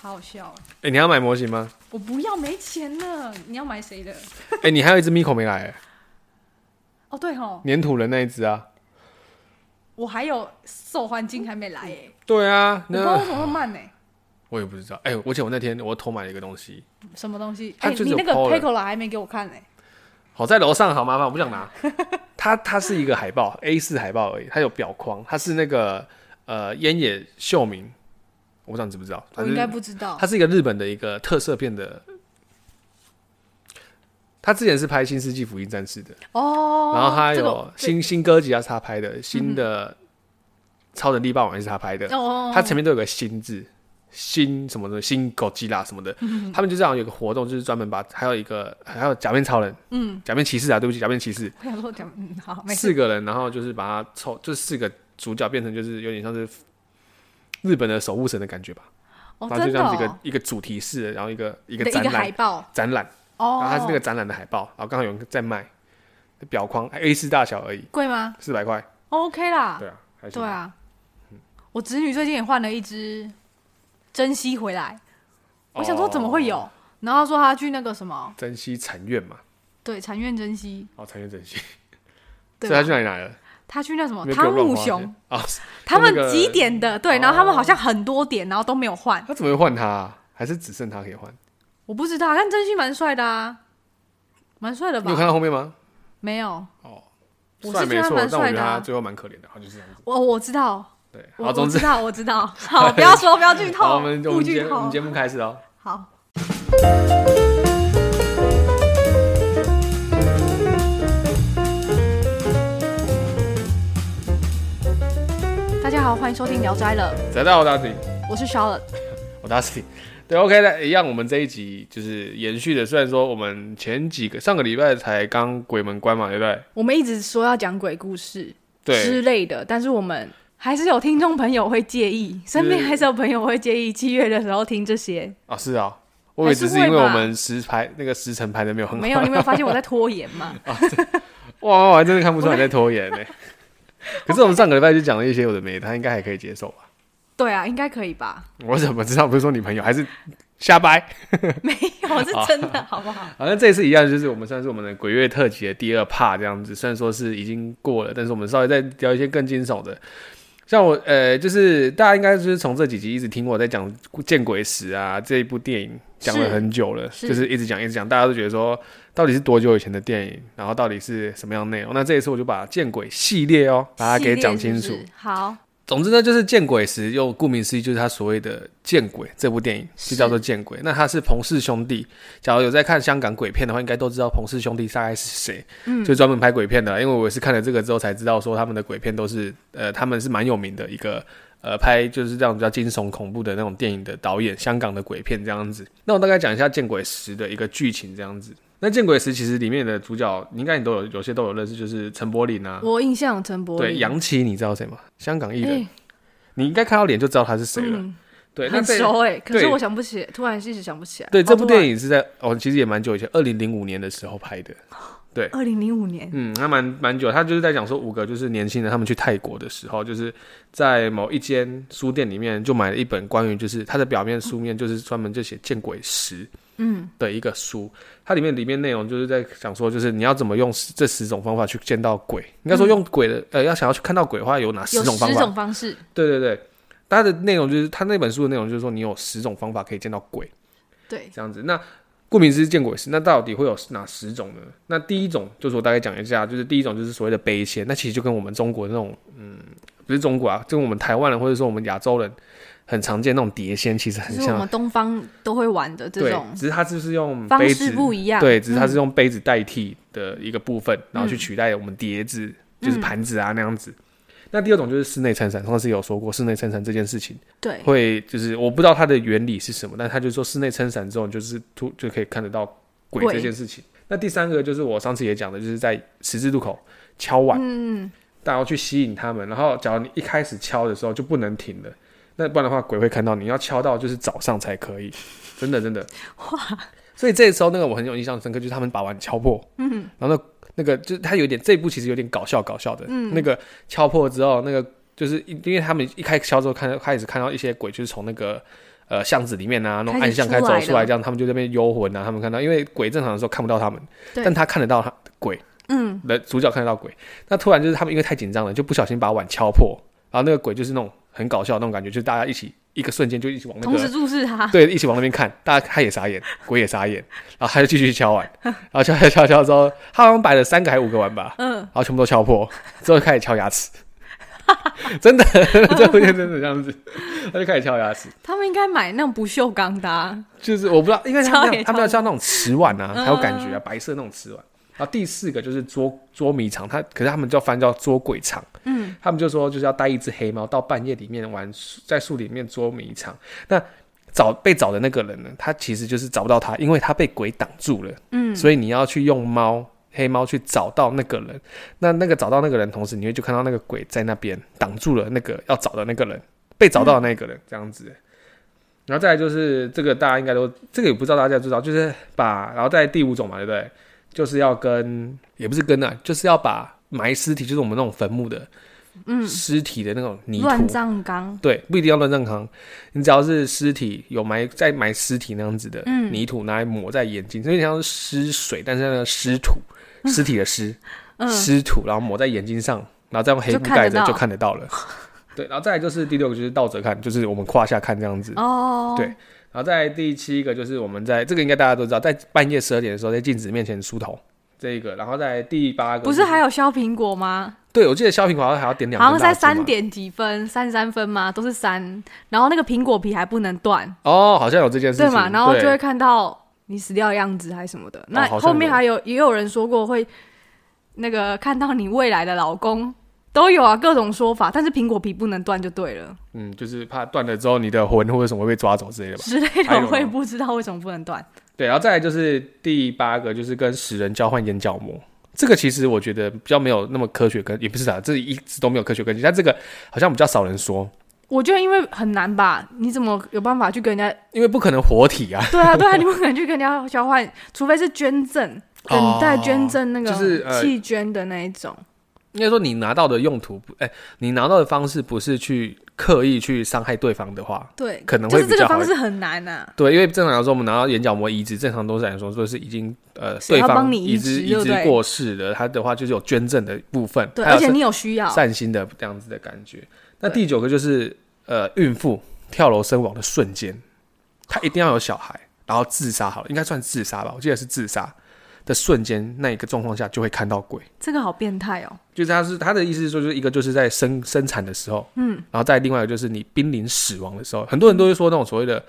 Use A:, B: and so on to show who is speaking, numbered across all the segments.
A: 好好笑哦！
B: 哎、你要买模型 吗？
A: 我不要，没钱了。你要买谁的？
B: 哎、你还有一只 Miko 没来、哎
A: 哦，对吼，
B: 粘土人那一只啊。
A: 我还有受环境还没来哎，
B: 对啊，
A: 我不知道为
B: 那
A: 什么会慢呢？
B: 我也不知道。哎、而且我那天我偷买了一个东西，
A: 什么东西？
B: 他
A: 哎，
B: 就是
A: 你
B: 有
A: 那个
B: po 了
A: Piccolo 还没给我看呢。
B: 好在楼上，好麻烦，我不想 拿。它它是一个海报，A 四海报而已，它有表框，它是那个呃烟野秀明，我不知道你知不知道，
A: 我
B: 反
A: 应该
B: 正
A: 不知道。
B: 它是一个日本的一个特色片的。他之前是拍《新世纪福音战士》的，
A: 哦，
B: 然后他
A: 这个嗯
B: 有新新歌集，也是他拍的，新的《超人力霸王》也是他拍的
A: 对，哦，
B: 他前面都有个“新”字，新什么的，新狗基啦什么的，
A: 嗯
B: 他们就这样有一个活动，就是专门把还有一个还有假面超人，嗯，假面骑士啊，对不起，假面骑士，
A: 我想说讲，嗯，好，没事。
B: 四个人，然后就是把他凑，就四个主角变成就是有点像是日本的守护神的感觉吧，
A: 哦，
B: 然后
A: 真
B: 就这
A: 的
B: 样子一个、
A: 哦，
B: 一个主题式的，然后一个一个
A: 的
B: 展
A: 一个海
B: 览
A: 报
B: 展览，然
A: 哦，
B: 后它是那个展览的海报，然后刚好有人在卖表框 A 四大小而已，
A: 贵吗
B: 四百块，
A: 哦？OK 啦，
B: 对啊，还行
A: 对啊。我侄女最近也换了一只珍惜回来，我
B: 哦
A: 想说怎么会有？然后她说她去那个什么，
B: 珍惜禅院嘛，
A: 对，禅院珍惜，
B: 哦，禅院珍惜，所
A: 对啊吧
B: 以他去？哪里来了？
A: 她去那什么
B: 没有给我
A: 汤
B: 乱
A: 姆
B: 花
A: 哦熊
B: 钱，啊？
A: 他们
B: 那个哦
A: 几点的？对，然后他们好像很多点，然后都没有换。
B: 他怎么会换他啊？还是只剩他可以换？
A: 我不知道，但真心蛮帅的啊，蛮帅的
B: 你有看
A: 吧？
B: 到后面吗？
A: 没有，我是
B: 帅没
A: 觉得他蛮
B: 错，但我
A: 帅
B: 觉得
A: 的啊
B: 他最后蛮可怜的，他就是这样子。
A: 我我知道，
B: 对，
A: 我
B: 好，
A: 我
B: 总之
A: 知，道，我知 道。好，不要说，不要剧
B: 好，
A: 透
B: 我们，我
A: 不
B: 们节
A: 剧
B: 我们
A: 透
B: 节。目开始哦。
A: 好，大家好，欢迎收听《聊斋了
B: 大家好，我大顶，》，
A: 我是 Charlotte。
B: 我大顶。 对，OK，那一样，我们这一集就是延续的。虽然说我们前几个上个礼拜才刚鬼门关嘛，对不对？
A: 我们一直说要讲鬼故事，之
B: 对，
A: 类的，但是我们还是有听众朋友会介意，身边还是有朋友会介意七月的时候听这些。
B: 啊，是啊，我以为只是因
A: 还是
B: 为
A: 会吧
B: 我们时排那个时辰排的没有很好。
A: 没有，你没有发现我 在拖延吗？
B: 哇，我还真的看不出来你在拖延 呢。可是我们上个礼拜就讲了一些我的没的，他应该还可以接受吧？
A: 对啊，应该可以吧？
B: 我怎么知道不是说你朋友，还是瞎掰？
A: 没有，是真的，好不 好？
B: 好，那这次一样，就是我们算是我们的鬼月特辑的第二 part 这样子，虽然说是已经过了，但是我们稍微再聊一些更惊悚的。像我呃，就是大家应该就是从这几集一直听我在讲《见鬼时》啊这一部电影，讲了
A: 是
B: 很久了，
A: 是
B: 就是一直讲一直讲，大家都觉得说到底是多久以前的电影，然后到底是什么样的内容？那这一次我就把《见鬼》系列哦，把它给讲清
A: 系
B: 楚。嗯
A: 列是不是好，
B: 总之呢，就是《见鬼时》，又顾名思义，就是他所谓的《见鬼》这部电影，就是叫做《见鬼》。那他是彭氏兄弟，假如有在看香港鬼片的话，应该都知道彭氏兄弟大概是谁，嗯，就专门拍鬼片的啦。因为我也是看了这个之后才知道，说他们的鬼片都是，呃，他们是蛮有名的一个，呃，拍就是这样比较惊悚恐怖的那种电影的导演，香港的鬼片这样子。那我大概讲一下《见鬼时》的一个剧情这样子。那《见鬼时》其实里面的主角，你应该你都有有些都有认识，就是陈柏霖啊，
A: 我印象有陈柏霖，
B: 对，杨琪，你知道谁吗？香港艺人。
A: 哎
B: 你应该看到脸就知道他是谁了。
A: 嗯
B: 对，那
A: 很
B: 这
A: 熟哎，可是
B: 对
A: 我想不起，突然一时想不起来。
B: 对这部电
A: 影，
B: 影是在哦，其实也蛮久以前，二零零五年的时候拍的。
A: 二零零五年，
B: 嗯，还蛮蛮久。他就是在讲说五个就是年轻人他们去泰国的时候，就是在某一间书店里面就买了一本关于就是它的表面书面就是专门就写见鬼石
A: 嗯，
B: 的一个书，它里面里面内容就是在讲说就是你要怎么用十这十种方法去见到鬼。应该说用鬼的呃要想要去看到鬼的话有哪
A: 嗯
B: 十
A: 有
B: 种方
A: 十
B: 法？
A: 种方式，
B: 对对对，它的内容就是它那本书的内容就是说你有十种方法可以见到鬼。
A: 对，
B: 这样子。那顾名思义，见鬼石，那到底会有哪十种呢？那第一种就是我大概讲一下，就是第一种就是所谓的悲切，那其实就跟我们中国那种，嗯，不是中国啊，就跟我们台湾人或者说我们亚洲人很常见那种碟仙，其实很
A: 就是我
B: 像
A: 们，东方都会玩的这
B: 对，
A: 种
B: 只是它就是用
A: 方
B: 杯
A: 式
B: 子
A: 不一样，
B: 对，只是它是
A: 嗯
B: 用杯子代替的一个部分，然后去取代我们碟子，
A: 嗯
B: 就是盘子啊那样子。那第二种就是室内撑伞，上次有说过室内撑伞这件事情，
A: 对
B: 会就是我不知道它的原理是什么，但他就说室内撑伞之后，你就是突就可以看得到鬼
A: 鬼
B: 这件事情。那第三个就是我上次也讲的，就是在十字路口敲碗，
A: 嗯，
B: 大家去吸引他们。然后，假如你一开始敲的时候就不能停了，那不然的话鬼会看到你。要敲到就是早上才可以，真的真的。
A: 哇，
B: 所以这时候那个我很有印象深刻，就是他们把碗敲破，
A: 嗯，
B: 然后那那个就是他有点这一步其实有点搞笑搞笑的，嗯，那个敲破之后，那个就是因因为他们一开始敲之后看到开始看到一些鬼，就是从那个呃巷子里面啊，那种
A: 开
B: 暗
A: 始
B: 巷开始
A: 出
B: 走
A: 来
B: 出来，这样他们就在那边幽魂啊，他们看到，因为鬼正常的时候看不到他们，
A: 对
B: 但他看得到他鬼，
A: 嗯，
B: 人主角看得到鬼，那突然就是他们因为太紧张了，就不小心把碗敲破，然后那个鬼就是那种很搞笑的那种感觉，就是大家一起一个瞬间就一起往那
A: 同时
B: 个。
A: 注视他，
B: 对，一起往那边看，大家他也傻眼，鬼也傻眼，然后他就继续敲碗，然后敲敲敲敲之后，他好像摆了三个还是五个碗吧，
A: 嗯，
B: 然后全部都敲破，之后就开始敲牙齿， 真的， 这部片真的这样子，他就开始敲牙齿，
A: 他们应该买那种不锈钢的、啊，
B: 就是我不知道，因为他
A: 敲
B: 们
A: 也
B: 要他们要敲那种瓷碗啊，
A: 嗯
B: 才有感觉啊，白色那种瓷碗。然后第四个就是捉捉迷藏，他可是他们叫翻叫捉鬼藏，
A: 嗯，
B: 他们就说就是要带一只黑猫到半夜里面玩，在树里面捉迷藏。那找被找的那个人呢，他其实就是找不到他，因为他被鬼挡住了。
A: 嗯，
B: 所以你要去用猫黑猫去找到那个人，那那个找到那个人，同时你会就看到那个鬼在那边挡住了那个要找的那个人，被找到的那个人、这样子。然后再来就是这个大家应该都这个也不知道大家知道，就是把然后再来第五种嘛，对不对？就是要跟也不是跟啊，就是要把埋尸体，就是我们那种坟墓的，嗯，尸体的那种泥土，
A: 乱葬岗，
B: 对，不一定要乱葬岗，你只要是尸体有埋在埋尸体那样子的
A: 嗯
B: 泥土，拿来抹在眼睛，所以像是湿水，但是那个湿土，尸体的湿，
A: 嗯，
B: 湿土，然后抹在眼睛上，然后再用黑
A: 就
B: 布
A: 看
B: 盖
A: 得到
B: 着就看得到了。对，然后再来就是第六个就是倒着看，就是我们胯下看这样子。
A: 哦，
B: 对，然后在第七个就是我们在这个应该大家都知道，在半夜十二点的时候在镜子面前梳头这一个，然后在第八个
A: 不是还有削苹果吗？
B: 对我记得削苹果好像还要点两根
A: 好像在
B: 蜡烛嘛
A: 三点几分，三十三分嘛，都是三，然后那个苹果皮还不能断，
B: 哦，好像有这件事情
A: 对嘛？然后
B: 对
A: 就会看到你死掉的样子还是什么的。那
B: 哦好像
A: 后面
B: 有
A: 还有也有人说过会那个看到你未来的老公都有啊，各种说法，但是苹果皮不能断就对了，
B: 嗯，就是怕断了之后你的魂或者什么会被抓走之类的吧。
A: 之类
B: I don't
A: 的
B: know
A: 我也不知道为什么不能断。
B: 对，然后再来就是第八个，就是跟死人交换眼角膜。这个其实我觉得比较没有那么科学根，也不是啊，这一直都没有科学根据，但这个好像比较少人说，
A: 我觉得因为很难吧，你怎么有办法去跟人家？
B: 因为不可能活体啊，
A: 对啊，对啊，你不可能去跟人家交换，除非是捐赠，等待捐赠那个
B: 就是呃
A: 弃捐的那一种。
B: 应该说你拿到的用途不，哎、你拿到的方式不是去刻意去伤害对方的话，
A: 对，
B: 可能
A: 就
B: 会
A: 是
B: 比
A: 这个
B: 较好
A: 方
B: 一点。
A: 式很难啊。
B: 对，因为正常来说，我们拿到眼角膜移植，正常都是来说，就是已经呃，
A: 谁
B: 对
A: 要
B: 方
A: 帮你移
B: 移植
A: 植
B: 移
A: 对不
B: 植
A: 对
B: 过世了，他的话就是有捐赠的部分，
A: 对，
B: 还有
A: 而且
B: 是
A: 你有需要，
B: 善心的这样子的感觉。那
A: 对
B: 第九个就是呃，孕妇跳楼身亡的瞬间，她一定要有小孩，然后自杀好了，应该算自杀吧？我记得是自杀的瞬间，那一个状况下就会看到鬼。
A: 这个好变态哦。
B: 就是他是他的意思，说就是一个就是在生生产的时候，嗯，然后再另外一个就是你濒临死亡的时候，很多人都会说那种所谓的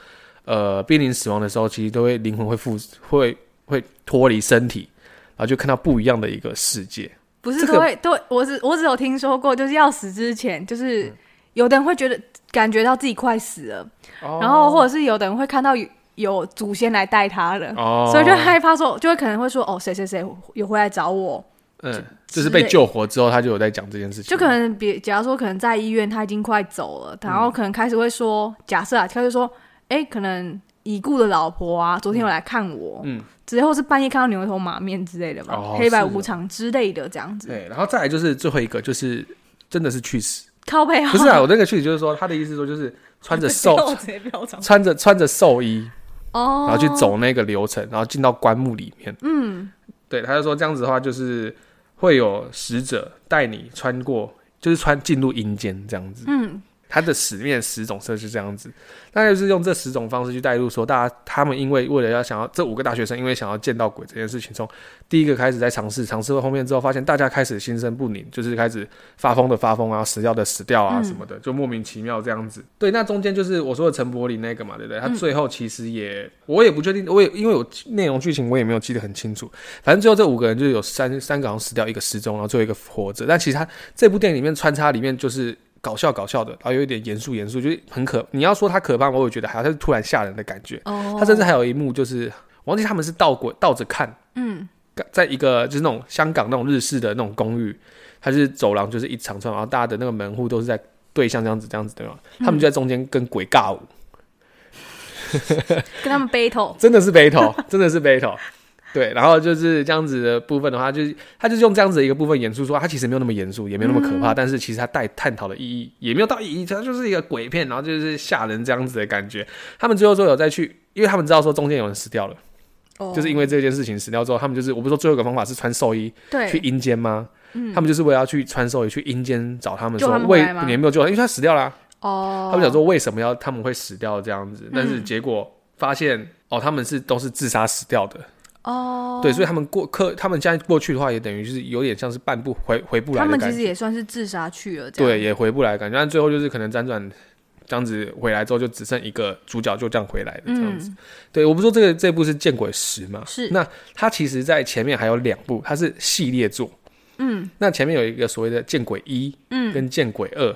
B: 呃濒临死亡的时候，其实都会灵魂会附会会脱离身体，然后就看到不一样的一个世界。
A: 不是
B: 这个
A: 都会、都，我只我只有听说过，就是要死之前，就是
B: 嗯
A: 有的人会觉得感觉到自己快死了，
B: 哦
A: 然后或者是有的人会看到有有祖先来带他了，
B: 哦，
A: 所以就害怕说，就会可能会说哦，谁谁谁有回来找我，
B: 嗯，就是被救活之后，他就有在讲这件事情，
A: 就可能比假如说可能在医院他已经快走了，
B: 嗯
A: 然后可能开始会说，假设啊，他就说，哎、可能已故的老婆啊，昨天有来看我，
B: 嗯，
A: 之后是半夜看到牛头马面之类的吧，
B: 哦
A: 黑白
B: 是哦
A: 无常之类的这样子，
B: 对，然后再来就是最后一个，就是真的是去 死，
A: 靠背、啊、
B: 不是啊，我那个去死就是说他的意思说就是穿着
A: 我
B: 寿
A: 直接飙涨
B: 穿着穿着寿衣，
A: 哦，
B: 然后去走那个流程，然后进到棺木里面，
A: 嗯，
B: 对，他就说这样子的话就是会有使者带你穿过，就是穿进入阴间这样子，
A: 嗯，
B: 他的死面十种色是这样子，那就是用这十种方式去带入说，大家他们因为为了要想要这五个大学生因为想要见到鬼这件事情中，第一个开始在尝试，尝试到后面之后，发现大家开始心生不宁，就是开始发疯的发疯啊，死掉的死掉啊
A: 嗯
B: 什么的，就莫名其妙这样子。对，那中间就是我说的陈柏霖那个嘛，对不对？他最后其实也、我也不确定，我也因为我内容剧情我也没有记得很清楚，反正最后这五个人就是有三三个好像死掉，一个失踪，然后最后一个活着。但其实他这部电影里面穿插里面就是搞笑搞笑的，然后有一点严肃严肃，就是很可。你要说它可怕吗？我也觉得还好，它是突然吓人的感觉。
A: 哦，
B: 它甚至还有一幕就是，我忘记他们是倒过倒着看，
A: 嗯，
B: 在一个就是那种香港那种日式的那种公寓，它是走廊就是一长串，然后大家的那个门户都是在对向这样子这样子对吗？
A: 嗯
B: 他们就在中间跟鬼尬舞，
A: 跟他们 battle，
B: 真的是 battle，真的是 battle。对，然后就是这样子的部分的话，就是他就是用这样子的一个部分严肃说，他其实没有那么严肃，也没有那
A: 嗯
B: 么可怕，但是其实他带探讨的意义也没有到意义，它就是一个鬼片，然后就是吓人这样子的感觉。他们最后说有再去，因为他们知道说中间有人死掉了，
A: 哦
B: 就是因为这件事情死掉之后，他们就是我不是说最后一个方法是穿寿衣去
A: 对，
B: 阴间吗？
A: 嗯
B: 他们就是为了要去穿寿衣去阴间找他们
A: 救
B: 说
A: 他们
B: 为
A: 回来吗
B: 也没有救他，因为他死掉了啊、
A: 哦，嗯
B: 他们想说为什么要他们会死掉这样子，但是结果发现哦，他们是都是自杀死掉的，
A: 哦，
B: 对，所以他们过客，他们现在过去的话，也等于就是有点像是半步回回不来
A: 他
B: 的
A: 们
B: 感
A: 其实
B: 觉，
A: 也算是自杀去了，这样
B: 对，也回不来的感觉，但最后就是可能辗转。这样子回来之后，就只剩一个主角就这样回来的这样子。
A: 嗯，
B: 对，我不是说这个这部是《见鬼十》嘛，
A: 是
B: 那它其实在前面还有两部，它是系列作。
A: 嗯
B: 那前面有一个所谓的《见鬼一》，
A: 嗯，
B: 跟《见鬼二》。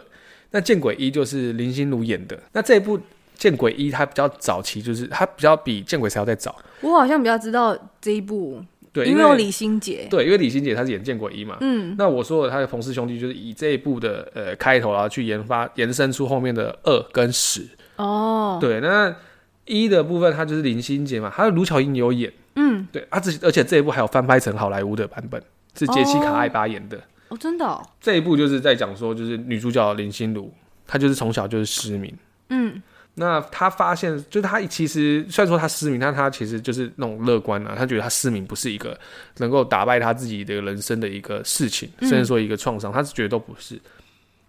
B: 那《见鬼一》就是林心如演的，那这一部《见鬼一》它比较早期，就是它比较比《见鬼》才要再早。
A: 我好像比较知道这一部，
B: 对，
A: 因
B: 因
A: 为有李心洁，
B: 对，因为李心姐她是演《见鬼一》嘛。
A: 嗯
B: 那我说的她的冯氏兄弟就是以这一部的呃开头，然后去研发延伸出后面的二跟十。
A: 哦，
B: 对，那一的部分它就是林心姐嘛，还有卢巧音也有演。
A: 嗯
B: 对，啊，这而且这一部还有翻拍成好莱坞的版本，是杰西卡·
A: 哦
B: 艾巴演的。
A: 哦，真的哦，
B: 这一部就是在讲说，就是女主角林心如，她就是从小就是失明。
A: 嗯
B: 那他发现，就是他其实虽然说他失明，但他其实就是那种乐观啊。他觉得他失明不是一个能够打败他自己的人生的一个事情，
A: 嗯
B: 甚至说一个创伤，他是觉得都不是。呃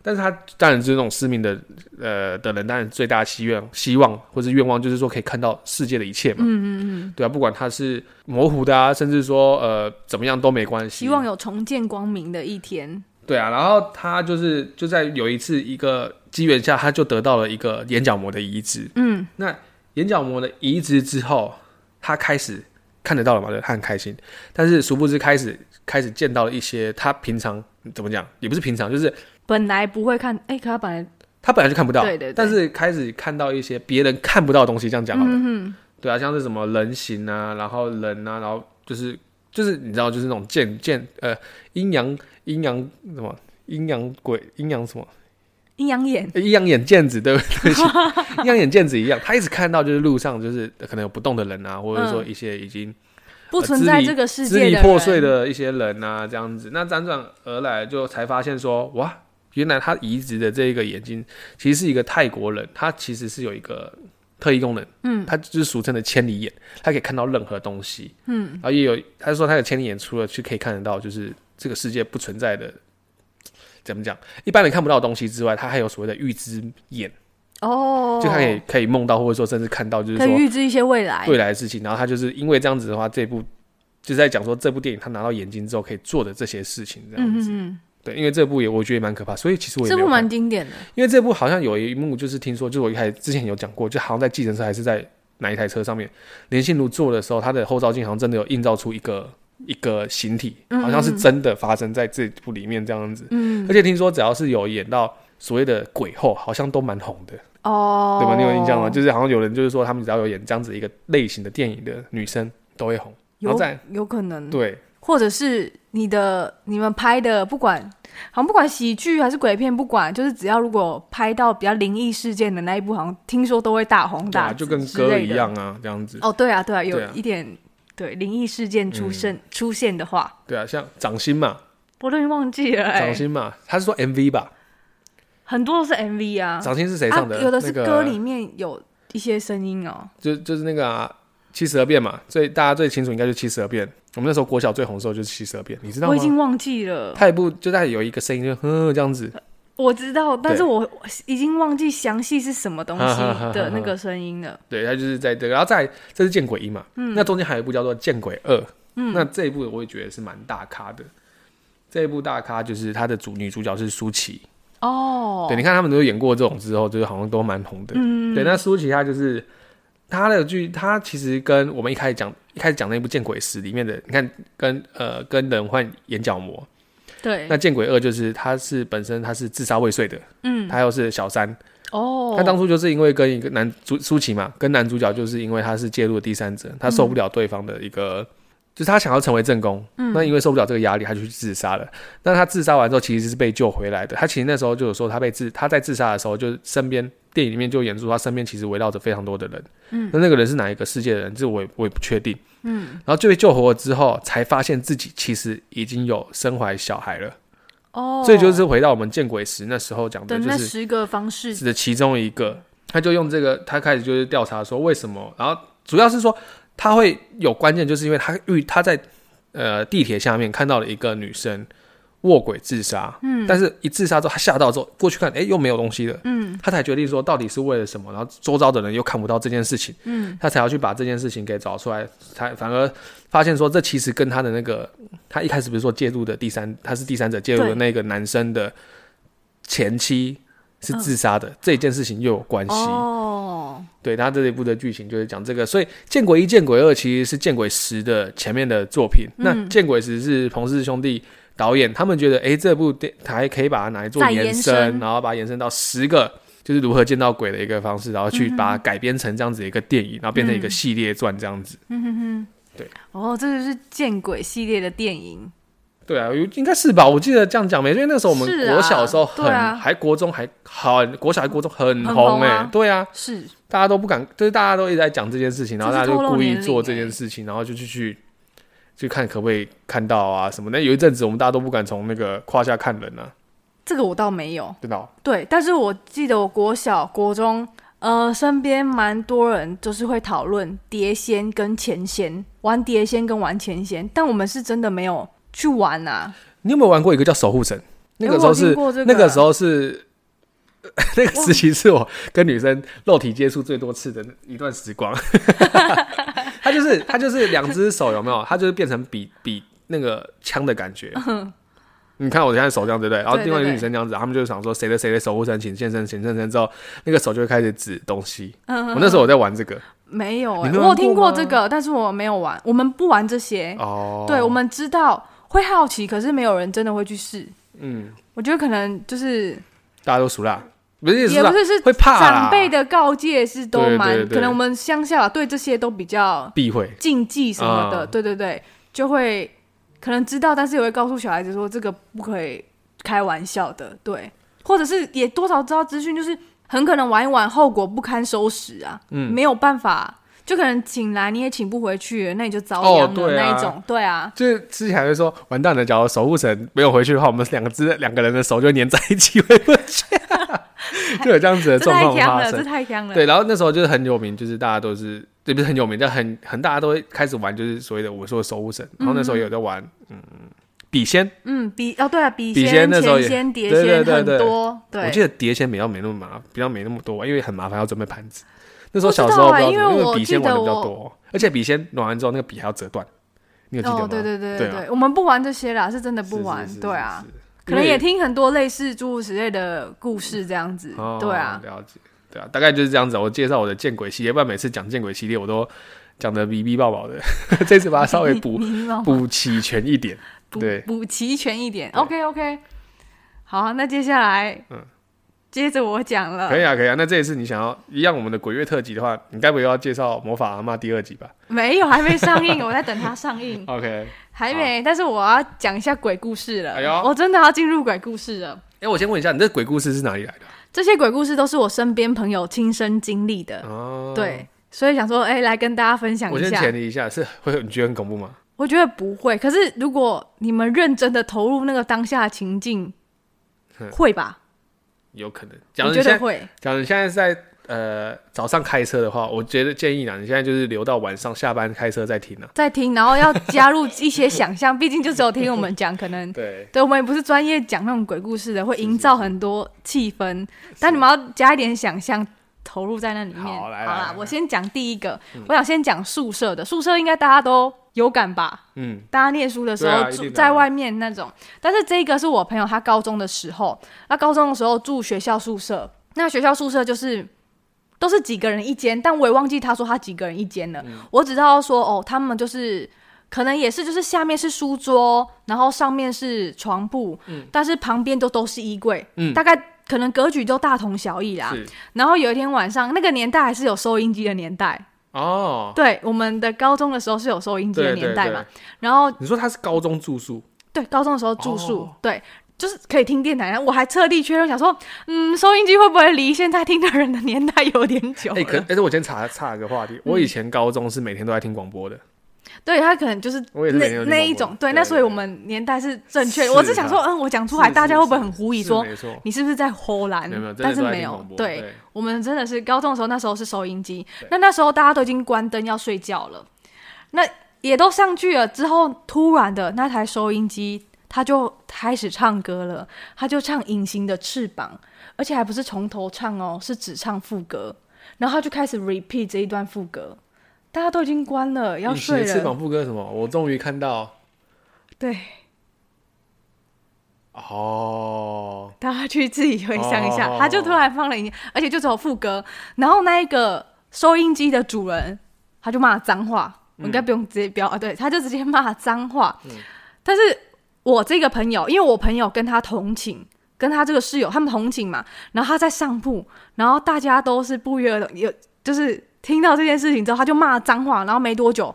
B: 但是他当然就是那种失明的呃的人，当然最大的希愿、希望或是愿望就是说可以看到世界的一切嘛，
A: 嗯嗯嗯，
B: 对啊，不管他是模糊的啊，甚至说呃怎么样都没关系，
A: 希望有重见光明的一天，
B: 对啊，然后他就是就在有一次一个机缘下，他就得到了一个眼角膜的移植。
A: 嗯，
B: 那眼角膜的移植之后，他开始看得到了嘛？对，他很开心。但是殊不知，开始开始见到了一些他平常怎么讲，也不是平常，就是
A: 本来不会看，哎，可他本来
B: 他本来就看不到，
A: 对对对
B: 啊但是开始看到一些别人看不到的东西，这样讲好了。
A: 嗯
B: 对啊，像是什么人形啊，然后人啊，然后就是就是你知道，就是那种见见呃阴阳阴阳什么阴阳鬼阴阳什么。
A: 哼，阴阳眼，
B: 阴阳眼镜子，对 不 对？阴阳眼镜子一样，他一直看到就是路上就是呃可能有不动的人啊，或者说一些已经
A: 不存在这个嗯世
B: 支
A: 界
B: 离
A: 的
B: 破碎
A: 人，
B: 的一些人啊，这样子。那辗转而来，就才发现说，哇，原来他移植的这个眼睛其实是一个泰国人，他其实是有一个特异功能，
A: 嗯
B: 他就是俗称的千里眼，他可以看到任何东西。
A: 嗯，
B: 然后也有他说他的千里眼除了去可以看得到，就是这个世界不存在的。怎么讲？一般人看不到的东西之外，他还有所谓的预知眼，
A: 哦，
B: 就他可以可以梦到，或者说甚至看到，就是
A: 可以
B: 说
A: 预知一些未来，
B: 未来的事情。然后他就是因为这样子的话，这部就是在讲说这部电影他拿到眼睛之后可以做的这些事情，这样
A: 嗯
B: 子。
A: 嗯
B: 对，因为这部也我觉得也蛮可怕，所以其实我也
A: 这
B: 没有
A: 部
B: 看
A: 蛮经典的，
B: 因为这部好像有一幕就是听说，就是我一开始之前有讲过，就好像在计程车还是在哪一台车上面，林心如坐的时候，她的后照镜好像真的有映照出一个一个形体，
A: 嗯
B: 好像是真的发生在这部里面这样子。
A: 嗯
B: 而，且听说只要是有演到所谓的鬼后，好像都蛮红的。
A: 哦，
B: 对吧？你有印象吗？就是好像有人就是说，他们只要有演这样子一个类型的电影的女生都会红。然
A: 有
B: 后再
A: 有可能，
B: 对
A: 或者是你的你们拍的，不管好像不管喜剧还是鬼片，不管就是只要如果拍到比较灵异事件的那一部，好像听说都会大红
B: 对
A: 大
B: 啊，
A: 紫
B: 就跟
A: 之
B: 歌
A: 类
B: 一
A: 的。
B: 样啊，这样子。
A: 哦，对啊，对啊，
B: 对
A: 有
B: 啊嗯
A: 一点对灵异事件出现、出现的话，
B: 对啊，像掌心嘛，
A: 我都已经忘记了、
B: 掌
A: 哎，
B: 心嘛，他是说 MV 吧？
A: 很多都是 MV 啊，
B: 掌心是谁
A: 啊
B: 唱的？
A: 有的是
B: 那个
A: 歌里面有一些声音哦，
B: 就就是那个啊七十二变嘛，最大家最清楚应该就是七十二变。我们那时候国小最红的时候就是七十二变，你知道
A: 我已经
B: 吗？
A: 忘记了，
B: 他一部就在有一个声音就哼这样子，
A: 我知道，但是
B: 对
A: 我我已经忘记详细是什么东西
B: 哈哈哈
A: 的
B: 哈
A: 那个声音了。
B: 对，他就是在这个，然后再来这是《见鬼一》嘛，那中间还有一部叫做《见鬼二》，嗯，那这一部我也觉得是蛮大咖的。这一部大咖就是他的主女主角是舒淇，
A: 哦，
B: 对，你看他们都演过这种之后，就是好像都蛮红的，嗯，对。那舒淇她就是她的剧，她其实跟我们一开始讲一开始讲那部《见鬼十》里面的，你看跟呃跟人换眼角膜，
A: 对，
B: 那《见鬼二》就是他是本身他是自杀未遂的，
A: 嗯，
B: 他又是小三，
A: 哦，
B: 他当初就是因为跟一个男主舒淇嘛，跟男主角就是因为他是介入了第三者，他受不了对方的一个，就是他想要成为正宫，那因为受不了这个压力，他就去自杀了。那他自杀完之后，其实是被救回来的。他其实那时候就有说，他被自他在自杀的时候，就是身边电影里面就演出他身边其实围绕着非常多的人，嗯，那那个人是哪一个世界的人，这我也我也不确定，嗯，然后就被救活了之后，才发现自己其实已经有身怀小孩了，
A: 哦，
B: 所以就是回到我们见鬼时那时候讲
A: 的
B: 的，就
A: 那
B: 是
A: 十个方式
B: 指的其中一个，他就用这个，他开始就是调查说为什么，然后主要是说他会有关键，就是因为他遇他在呃地铁下面看到了一个女生卧轨自杀，嗯，但是一自杀之后他吓到之后过去看，哎、又没有东西了，嗯，他才决定说到底是为了什么，然后周遭的人又看不到这件事情，嗯，他才要去把这件事情给找出来，才反而发现说这其实跟他的那个他一开始不是说介入的第三，他是第三者介入的
A: 对
B: 那个男生的前妻。是自杀的、这件事情又有关系，
A: 嗯哦，
B: 对他这一部的剧情就是讲这个，所以《见鬼一》《见鬼二》其实是《见鬼十》的前面的作品。
A: 嗯
B: 那《见鬼十》是彭氏兄弟导演，他们觉得诶这部电还可以把它拿来做
A: 再
B: 延
A: 延伸
B: 然后把它延伸到十个，就是如何见到鬼的一个方式，然后去把它改编成这样子一个电影，然后变成一个系列传这样子。
A: 嗯哦，这就是见鬼系列的电影，
B: 对啊，有应该是吧？我记得这样讲没？因为那时候我们
A: 是啊
B: 国小的时候很，
A: 对啊
B: 还国中还很国小还国中很
A: 很
B: 红
A: 红
B: 哎、
A: 啊
B: 对啊，
A: 是
B: 大家都不敢，就是大家都一直在讲这件事情，然后大家就故意做
A: 这是透露年
B: 这件
A: 龄欸
B: 事情，然后就去去去看可不可以看到啊什么的。那有一阵子我们大家都不敢从那个胯下看人啊，
A: 这个我倒没有，
B: 真的哦、
A: 对，但是我记得我国小、国中，呃，身边蛮多人就是会讨论碟仙跟前仙，玩碟仙跟玩前仙，但我们是真的没有去玩啊。
B: 你有没有玩过一个叫守护神？那
A: 诶
B: 个时候
A: 哎我有
B: 是
A: 听过这
B: 那个时候是 那个时期是我跟女生肉体接触最多次的一段时光。 他就是他就是两只手有没有？他就是变成比比那个枪的感觉。你看我现在手这样对不对？然后
A: 嗯对
B: 另外一个
A: 对
B: 女生这样子，他们就想说谁的谁的守护神请现身，请现身之后，那个手就会开始指东西。
A: 嗯
B: 我那时候我在玩这个
A: 没有、
B: 你
A: 欸，
B: 没有
A: 我有
B: 玩过
A: 听
B: 吗
A: 过这个，但是我没有玩，我们不玩这些。
B: 哦，
A: 对，我们知道会好奇，可是没有人真的会去试。
B: 嗯，
A: 我觉得可能就是
B: 大家都熟啦，不是
A: 也
B: 熟啦
A: 不，是是
B: 会怕啦
A: 长辈的告诫是都
B: 对对
A: 蛮，
B: 对
A: 可能我们乡下对这些都比较
B: 避讳。
A: 禁忌什么的，
B: 啊
A: 对对对，就会可能知道，但是也会告诉小孩子说这个不可以开玩笑的，对，或者是也多少知道资讯，就是很可能玩一玩后果不堪收拾啊，嗯，没有办法，就可能请来你也请不回去了，那你就遭
B: 哦
A: 殃的
B: 对啊
A: 那一种，对啊，
B: 就是之前还会说，完蛋了，假如守护神没有回去的话，我们两个只两个人的手就粘在一起回不去，就有这样子的
A: 这
B: 状
A: 太
B: 况
A: 强
B: 发
A: 了，这
B: 生。
A: 太强了，
B: 对，然后那时候就是很有名，就是大家都是，也不是很有名，但很很大家都会开始玩，就是所谓的我说的守护神。然后那时候也有在玩，嗯，笔仙，
A: 嗯，比哦对啊，笔
B: 笔仙
A: 仙、
B: 那时候也
A: 前仙、碟
B: 对对
A: 仙
B: 对
A: 很
B: 对
A: 多，对，
B: 我记得碟仙比较没那么麻，比较没那么多玩，因为很麻烦，要准备盘子。那时候
A: 不知
B: 小
A: 道
B: 时候不知
A: 欸
B: 道怎么，
A: 因为
B: 因
A: 我
B: 为笔仙
A: 记得
B: 玩的比较
A: 我
B: 多，而且笔仙玩完之后，那个笔还要折断，你有记得吗？
A: 哦，对对对
B: 对
A: 对
B: 啊
A: 对，我们不玩这些啦，是真的
B: 是
A: 不玩
B: 是，是
A: 对
B: 是
A: 啊
B: 是。
A: 可能
B: 因为
A: 也听很多类似诸如此类的故事这样子，
B: 哦，
A: 对啊，
B: 了解，对啊，大概就是这样子。我介绍我的见鬼系列，不然每次讲见鬼系列我都讲的迷迷爆爆的， 这次把它稍微 补
A: 迷迷茫
B: 补齐全一 点。
A: 补
B: 对
A: 补齐全一点。
B: 对
A: OK OK，好，那接下来，
B: 嗯
A: 接着我讲
B: 可
A: 了，
B: 以啊，可以啊。那这一次你想要一样我们的鬼月特辑的话，你该不会要介绍魔法阿嬷第二集 吧
A: 没有，还没上 映，我在等它上映，
B: ？OK，
A: 还没。但是我要讲一下鬼故事了，
B: 哎呦
A: 我真的要进入鬼故事了。
B: 哎、我先问一下，你这鬼故事是哪里来的啊？
A: 这些鬼故事都是我身边朋友亲身经历的，
B: 哦，
A: 对，所以想说，哎、来跟大家分享
B: 我
A: 一
B: 先
A: 下。
B: 前提一下，是会很你觉得很恐怖吗？
A: 我觉得不会。可是如果你们认真的投入那个当下的情境
B: 哼，
A: 会吧？
B: 有可能。假
A: 我
B: 如你
A: 觉
B: 现
A: 得
B: 在，
A: 会。
B: 假如你现在是在呃早上开车的话，我觉得建议呢，你现在就是留到晚上下班开车再听啊。
A: 在听，然后要加入一些想象， 毕竟就只有听我们讲，可能
B: 对，
A: 对我们也不是专业讲那种鬼故事的，会营造很多气氛，但你们要加一点想象投入在那里面。
B: 好来来
A: 啦
B: 来，嗯
A: 我先讲第一个，我想先讲宿舍的，宿舍应该大家都有感吧？
B: 嗯，
A: 大家念书的时
B: 对
A: 候
B: 啊一
A: 住
B: 定的啊
A: 在外面那种。但是这个是我朋友他高中的时候，他高中的时候住学校宿舍，那学校宿舍就是。都是几个人一间，但我也忘记他说他几个人一间了。
B: 嗯
A: 我只知道说哦，他们就是可能也是就是下面是书桌，然后上面是床铺，但是旁边都都是衣柜，
B: 嗯
A: 大概可能格局都大同小异啦。
B: 是
A: 然后有一天晚上，那个年代还是有收音机的年代，
B: 哦，
A: 对，我们的高中的时候是有收音机的
B: 对
A: 年
B: 对
A: 代
B: 对
A: 嘛。然后
B: 你说他是高中住宿，
A: 对，高中的时候住宿，
B: 哦
A: 对，就是可以听电台，然后我还特地确认想说，嗯，收音机会不会离现在听的人的年代有点久
B: 哎、
A: 了？
B: 可但是我今天查查一个话题，我
A: 嗯
B: 以前高中是每天都在听广播的，
A: 对他可能就是
B: 我也是
A: 那
B: 没有听
A: 那
B: 过
A: 一
B: 过
A: 种，
B: 对
A: 对，那所以
B: 对
A: 我们年代是正确的。
B: 是
A: 我只想说，嗯，我讲出来，
B: 是
A: 大家
B: 是
A: 会不会
B: 是
A: 很狐疑
B: 是
A: 说
B: 没错，
A: 你是不是在偷懒
B: 没有没有，？真
A: 但
B: 的
A: 是
B: 都在
A: 没
B: 听
A: 有
B: 广，播
A: 对，
B: 对，
A: 我们真的是高中的时候，那时候是收音机，那那时候大家都已经关灯要睡觉了，那也都上去了之后，突然的那台收音机它就开始唱歌了，它就唱《隐形的翅膀》，而且还不是从头唱哦，是只唱副歌，然后它就开始 repeat 这一段副歌，大家都已经关了要
B: 隐形
A: 睡
B: 的翅
A: 了，
B: 膀副歌什么？我终于看到
A: 对，
B: 哦，
A: 大家去自己回想一下，
B: 哦
A: 他就突然放了一，而且就只有副歌，然后那一个收音机的主人他就骂脏话，我应该不用直接标啊，对，他就直接骂脏话。
B: 嗯
A: 但是我这个朋友，因为我朋友跟他同寝，跟他这个室友他们同寝嘛，然后他在上铺，然后大家都是不约而同，有就是听到这件事情之后，他就骂脏话，然后没多久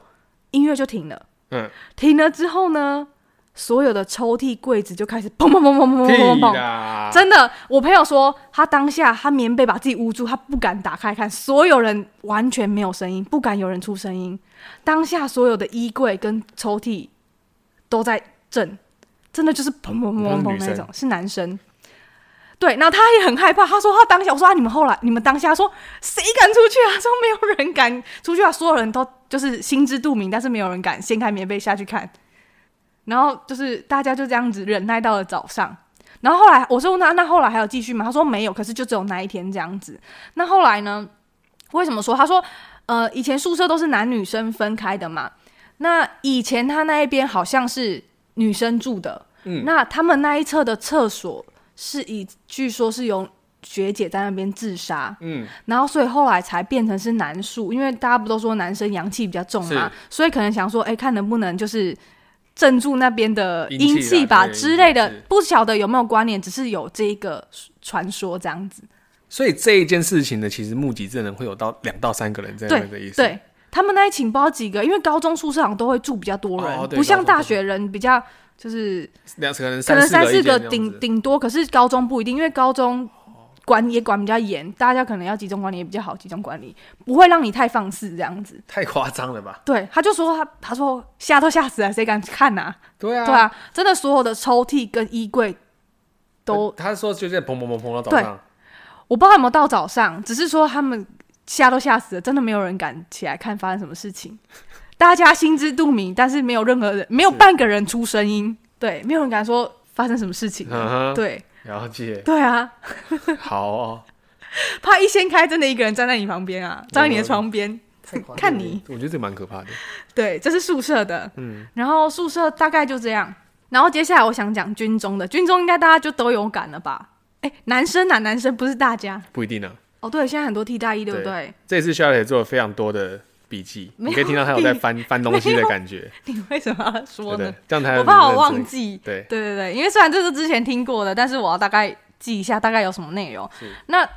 A: 音乐就停了，
B: 嗯，
A: 停了之后呢，所有的抽屉柜子就开始砰砰砰砰砰砰砰
B: 屁
A: 砰。
B: 啦，
A: 哦真的，我朋友说他当下他棉被把自己捂住，他不敢打开看，所有人完全没有声音，不敢有人出声音。当下所有的衣柜跟抽屉都在震，真的就是砰砰
B: 你说
A: 砰
B: 是
A: 砰
B: 女
A: 那
B: 生
A: 种，是男生。对，然后他也很害怕，他说他当下，我说啊，你们后来，你们当下他说谁敢出去啊？他说没有人敢出去啊，所有人都就是心知肚明，但是没有人敢掀开棉被下去看。然后就是大家就这样子忍耐到了早上。然后后来我说那那后来还有继续吗？他说没有，可是就只有那一天这样子。那后来呢？为什么说？他说呃，以前宿舍都是男女生分开的嘛。那以前他那一边好像是女生住的，
B: 嗯
A: 那他们那一侧的厕所是以据说是有学姐在那边自杀，
B: 嗯，
A: 然后所以后来才变成是男宿，因为大家不都说男生阳气比较重嘛，所以可能想说，哎、看能不能就是镇住那边的
B: 阴气啦
A: 阴气吧
B: 对
A: 之类的
B: 阴气，
A: 不晓得有没有关联，只是有这一个传说这样子。
B: 所以这一件事情呢，其实目击证人会有到两到三个人这样的意思，
A: 对他们那一寝不知道几个，因为高中宿舍好像都会住比较多人，
B: 哦对
A: 不
B: 高
A: 像
B: 中
A: 大学人比较就是
B: 两可能
A: 可能三
B: 四
A: 四个
B: 个一间这样
A: 顶
B: 子
A: 顶多，可是高中不一定，因为高中管也管比较严，大家可能要集中管理也比较好集中管理，不会让你太放肆这样子。
B: 太夸张了吧？
A: 对，他就说他他说吓都吓死啊了，谁敢看呐、
B: 对啊，
A: 对啊，真的所有的抽屉跟衣柜都，
B: 他说就这样砰砰砰砰到早
A: 对
B: 上，
A: 我不知道有没有到早上，只是说他们吓都吓死了，真的没有人敢起来看发生什么事情，大家心知肚明，但是没有任何人，没有半个人出声音，对，没有人敢说发生什么事情了，
B: 嗯哼，
A: 对
B: 了解，
A: 对啊，
B: 好哦，
A: 怕一掀开，真的一个人站在你旁边啊，站在你的
B: 我
A: 床边，嗯
B: 太夸张了
A: 看你，
B: 我觉得这蛮可怕的，
A: 对，这是宿舍的，
B: 嗯，
A: 然后宿舍大概就这样。然后接下来我想讲军中的，军中应该大家就都有感了吧？哎，男生啊，男生不是大家
B: 不一定啊。
A: 哦。对，现在很多替代役，对不对？
B: 这次肖磊做了非常多的笔记，
A: 没有
B: 你可以听到他有在翻翻东西的感觉，
A: 你为什么要
B: 对不
A: 说
B: 对
A: 呢？？
B: 这样才
A: 我怕我
B: 能
A: 忘。记。
B: 对，
A: 对对对，因为虽然这是之前听过的，但是我要大概记一下大概有什么内容
B: 是。
A: 那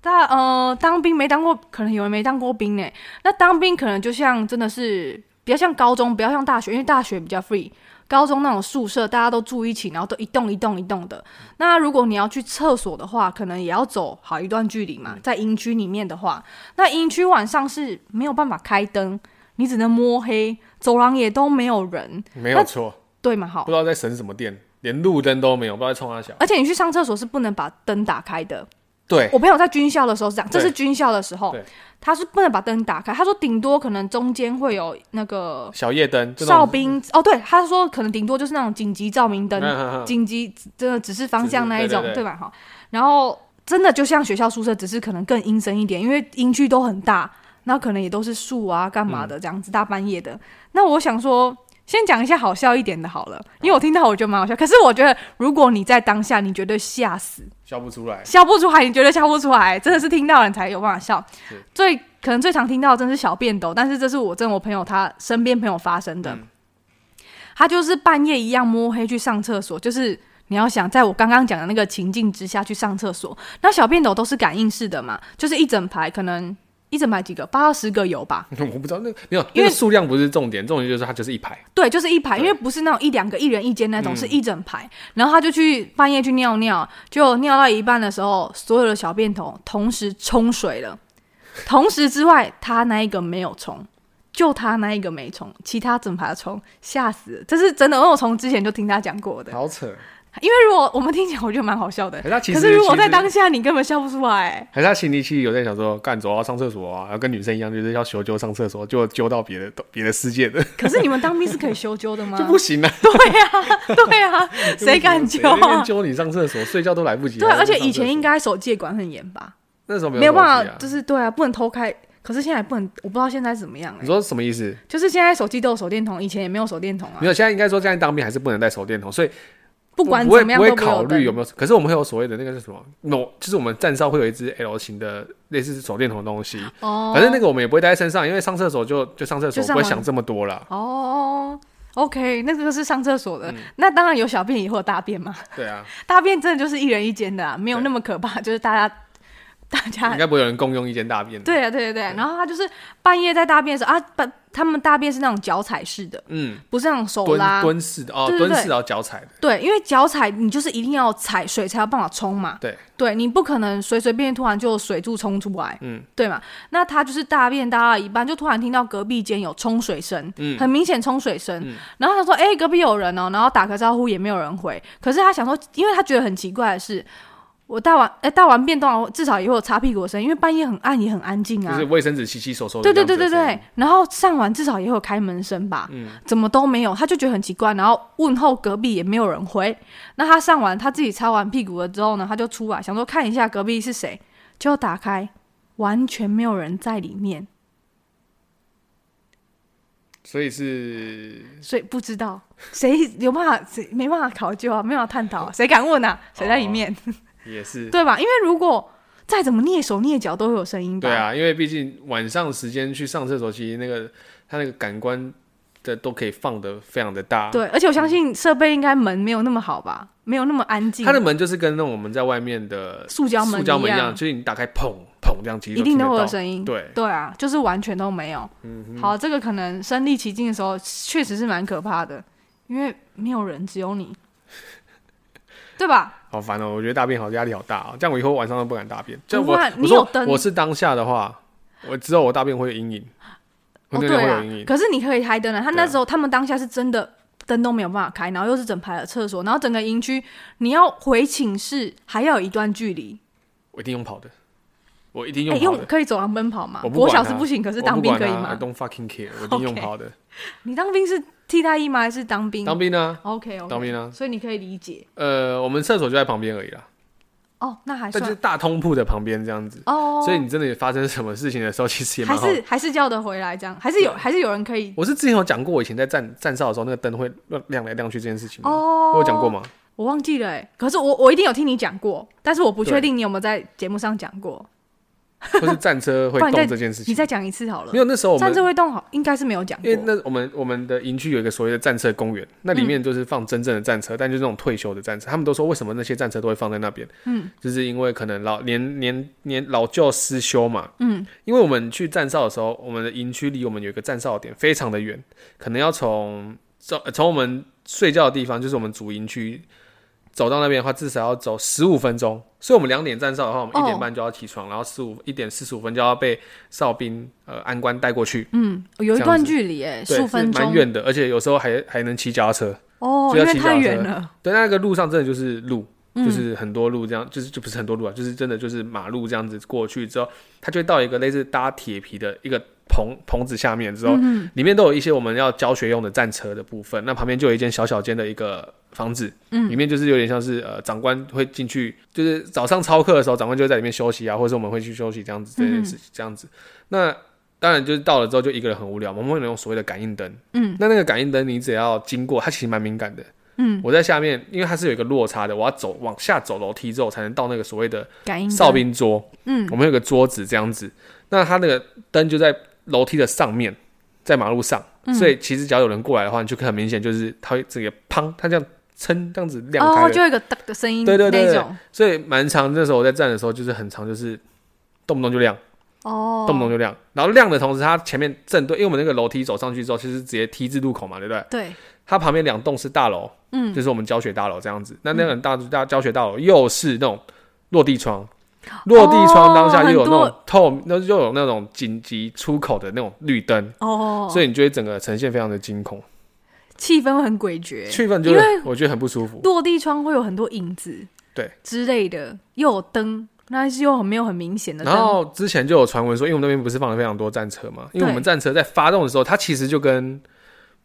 A: 大呃，当兵没当过，可能有人没当过兵呢。那当兵可能就像真的是比较像高中，不要像大学，因为大学比较 free。高中那种宿舍，大家都住一起，然后都一栋一栋一栋的。
B: 嗯
A: 那如果你要去厕所的话，可能也要走好一段距离嘛。
B: 嗯
A: 在营区里面的话，那营区晚上是没有办法开灯，你只能摸黑，走廊也都没有人，
B: 没有错，
A: 对吗？好
B: 不，知道在省什么电，连路灯都没有，不知道在冲他小。
A: 而且你去上厕所是不能把灯打开的。
B: 对，
A: 我朋友在军校的时候是这样，这
B: 对
A: 是军校的时候
B: 对，
A: 他是不能把灯打开。他说顶多可能中间会有那个
B: 小夜灯，这种
A: 哨兵哦，对，他说可能顶多就是那种紧急照明灯
B: 嗯， 嗯嗯
A: 紧急真的只是方向那一种
B: 只是对对对，
A: 对吧？哈，然后真的就像学校宿舍，只是可能更阴森一点，因为营区都很大，那可能也都是树啊、干嘛
B: 嗯
A: 的这样子，大半夜的。那我想说。先讲一下好笑一点的好了，因为我听到我觉得蛮好笑。可是我觉得，如果你在当下，你绝对吓死，
B: 笑不出来。
A: 笑不出来，你绝对笑不出来，真的是听到人才有办法笑
B: 是。
A: 最可能最常听到的真的是小便斗，但是这是我真的我朋友他身边朋友发生的。
B: 嗯
A: 他就是半夜一样摸黑去上厕所，就是你要想在我刚刚讲的那个情境之下去上厕所，那小便斗都是感应式的嘛，就是一整排可能一直买几个？八到十个有吧？
B: 我不知道那个没有，
A: 因
B: 因
A: 为
B: 为数量不是重点，重点就是它就是一排。
A: 对，就是一排，因
B: 对嗯
A: 为不是那种一两个一人一间那种，是一整排。然后他就去半夜去尿尿，就尿到一半的时候，所有的小便桶同时冲水了。同时之外，他那一个没有冲，就他那一个没冲，其他整排冲，吓死了！这是真的，因为我从之前就听他讲过的。
B: 好扯，
A: 因为如果我们听起来，我觉得蛮好笑的
B: 可。是他其
A: 可
B: 实
A: 是如果在
B: 其
A: 当
B: 实
A: 下，你根本笑不出来。欸
B: 还是他心里其实有在想说，干走啊，上厕所啊，要跟女生一样，就是要求救上厕所，就揪到别的别的世界的、
A: 可是你们当兵是可以修纠的吗
B: 就？不行啊，
A: 对呀，对 呀，谁敢
B: 揪
A: 揪？啊？
B: 揪你上厕所，睡觉都来不及。
A: 对，啊
B: 还是
A: 而且
B: 上厕
A: 以前应
B: 所
A: 该手戒管很严吧？
B: 那时候
A: 没有
B: 有
A: 办
B: 手机
A: 法，
B: 啊
A: 就是对啊，不能偷开。可是现在也不能，我不知道现在怎么样、欸。
B: 你说什么意思？
A: 就是现在手机都有手电筒，以前也没有手电筒啊
B: 没。有，现在应该说现在当兵还是不能带手电筒，所以
A: 不管
B: 不会
A: 怎么样
B: 不
A: 都
B: 会
A: 不会
B: 考
A: 有
B: 虑有
A: 灯。
B: 没有。可是我们会有所谓的那个是什么？no，就是我们站哨会有一支 L 型的类似手电筒的东西，
A: 哦，
B: 反正那个我们也不会带在身上，因为上厕所就就上厕所，
A: 就上
B: 不会
A: 完
B: 想这么多啦。
A: 哦，OK，那个是上厕所的。
B: 嗯
A: 那当然有小便也会有大便嘛，
B: 对啊，
A: 大便真的就是一人一间的啊，没有
B: 对
A: 那么可怕，就是大家大
B: 应
A: 家。
B: 该不会有人共用一间大便。，
A: 对啊，对对对，然后他就是半夜在大便的时候啊，把他们大便是那种脚踩式的，
B: 嗯，
A: 不是那种手
B: 蹲
A: 拉。
B: 蹲式的哦，
A: 对对对
B: 蹲式然后脚踩的，
A: 对，因为脚踩你就是一定要踩水才有办法冲嘛。
B: 对，
A: 对你不可能随随便便突然就有水柱冲出来，
B: 嗯，
A: 对嘛？那他就是大便大到一半，就突然听到隔壁间有冲水声，
B: 嗯
A: 很明显冲水声。然后他说：“哎、隔壁有人哦。”然后打个招呼也没有人回。可是他想说，因为他觉得很奇怪的是，我大完哎、大完便当然至少也会有擦屁股的声音，因为半夜很暗也很安静
B: 就
A: 啊
B: 是。卫生纸洗洗手手。
A: 对对对对对，，然后上完至少也会有开门声吧，
B: 嗯
A: 怎么都没有，他就觉得很奇怪，然后问候隔壁也没有人回。那他上完他自己擦完屁股了之后呢，他就出来想说看一下隔壁是谁，就打开，完全没有人在里面，
B: 所以是
A: 所以不知道谁有办法，谁没办法考究啊，没有办法探 讨啊、谁敢
B: 哦
A: 问啊？谁在里面，
B: 也是
A: 对吧？因为如果再怎么蹑手蹑脚都会有声音吧，
B: 对啊，因为毕竟晚上时间去上厕所，其实那个他那个感官的都可以放的非常的大。
A: 对，而且我相信设备应该门没有那么好吧，没有那么安静，
B: 它的门就是跟那种我们在外面的
A: 塑胶门
B: 塑胶门
A: 一
B: 一
A: 样
B: 样，就是你打开砰砰这样，其实
A: 一定都会有
B: 音。
A: 声音。
B: 对，嗯
A: 对啊，就是完全都没有。好，这个可能身临其境的时候，确实是蛮可怕的，因为没有人，只有你， 对吧？
B: 好烦哦、我觉得大便好压力好大哦、这样我以后晚上都不敢大便。就
A: 不
B: 我
A: 会啊
B: 我
A: 你
B: 说
A: 有灯
B: 我是当下的话，我知道我大便会有阴影，
A: 哦，
B: 我那天
A: 对
B: 会
A: 啊
B: 有阴。影。
A: 可是你可以开灯啊，他那
B: 对啊
A: 时候、他们当下是真的灯都没有办法开，然后又是整排的厕所，然后整个营区你要回寝室还要有一段距离。
B: 我一定用跑的，我一定
A: 哎、
B: 用跑
A: 用
B: 的。
A: 可以走廊奔跑吗？
B: 我不
A: 国
B: 管
A: 小
B: 啊
A: 是不行，可是
B: 我
A: 当
B: 不
A: 兵
B: 管
A: 可以
B: 啊
A: 吗
B: ？I？don't fucking care，我一定用
A: OK
B: 跑的。
A: 你当兵是替代役吗？还是当兵？
B: 当兵呢？
A: OK OK，
B: 当兵啊
A: 所以你可以理解
B: 呃，我们厕所就在旁边而已啦，
A: 哦，那还
B: 但就是
A: 算
B: 大通铺的旁边这样子。
A: 哦，
B: 所以你真的也发生什么事情的时候，其实也
A: 还
B: 蛮好。
A: 是还是叫得回来，这样还是有还是有人可以
B: 我是之前有讲过，我以前在站站哨的时候，那个灯会亮亮来亮去这件事情吗？
A: 哦。
B: 嗯我有讲过？吗？
A: 我忘记了哎、可是我我一定有听你讲过，但是我不确
B: 对
A: 定你有没有在节目上讲过。
B: 或是战车会
A: 不然你再
B: 动这件事
A: 你
B: 情？
A: 再讲一次好了
B: 没。有，那时候我
A: 战
B: 们
A: 这会动好，应该是没有讲
B: 因
A: 过嗯
B: 为。那我们我们的营区有一个所谓的战车公园，那里面就是放真正的战车，但就是那种退休的战车。他们都说为什么那些战车都会放在那边？
A: 嗯，
B: 就是因为可能老年年年老旧失修嘛。
A: 嗯，
B: 因为我们去站哨的时候，我们的营区离我们有一个站哨点非常的远，可能要从走呃从我们睡觉的地方，就是我们主营区。走到那边的话，至少要走十五分钟，所以我们两点站哨的话，我们一点
A: 哦
B: 半就要起床，然后十五一点四十五分就要被哨兵呃安官带过去。
A: 嗯，有一
B: 这样
A: 段
B: 子
A: 距离哎、欸，
B: 对，
A: 数
B: 是
A: 分
B: 蛮
A: 钟
B: 远的，而且有时候还还能骑脚踏车。
A: 哦，
B: 就
A: 因
B: 要
A: 为
B: 骑
A: 太
B: 脚
A: 远
B: 车
A: 了。
B: 对，那个路上真的就是路，就是很多路这样，就是就不是很多路啊，就是真的就是马路这样子过去之后，它就会到一个类似搭铁皮的一个棚棚子下面之后，里面都有一些我们要教学用的战车的部分，那旁边就有一间小小间的一个房子，嗯，里面就是有点像是呃长官会进去，就是早上操课的时候，长官就会在里面休息啊，或者是我们会去休息这样子这件事、这样子，那。当然，就是到了之后就一个人很无聊，我们会有用所谓的感应灯。嗯，那那个感应灯，你只要经过，它其实蛮敏感的。我在下面，因为它是有一个落差的，我要走往下走楼梯之后才能到那个所谓的
A: 感应
B: 哨
A: 灯，
B: 兵桌。
A: 嗯，
B: 我们有个桌子这样子，那它那个灯就在楼梯的上面，在马路上，
A: 嗯
B: 所以其实只要有人过来的话，你就可以很明显就是它会整个砰，它这样撑这样子亮开
A: 哦，
B: 的，
A: 就有一个哒的声音，
B: 对对对
A: 那
B: 对
A: 种
B: 所以蛮长。那时候我在站的时候，就是很长，就是动不动就亮，
A: 哦，
B: 动不动就亮。然后亮的同时，它前面正对，因为我们那个楼梯走上去之后，其实是直接 T 字路口嘛，对不对？
A: 对，
B: 它旁边两栋是大楼，嗯，就是我们教学大楼这样子。那那种
A: 嗯
B: 大大教学大楼又是那种落地窗，落地窗当下又有那
A: 哦很
B: 种
A: 多
B: 透，那又有那种紧急出口的那种绿灯，
A: 哦，
B: 所以你就会整个呈现非常的惊恐，
A: 气氛会很诡谲，
B: 气氛就
A: 因
B: 是
A: 为
B: 我觉得很不舒服。
A: 落地窗会有很多影子，
B: 对
A: 之类的，又有灯，那是又很没有很明显的
B: 然
A: 灯，
B: 后之前就有传闻说，因为我们那边不是放了非常多战车嘛，因为我们战车在发动的时候，它其实就跟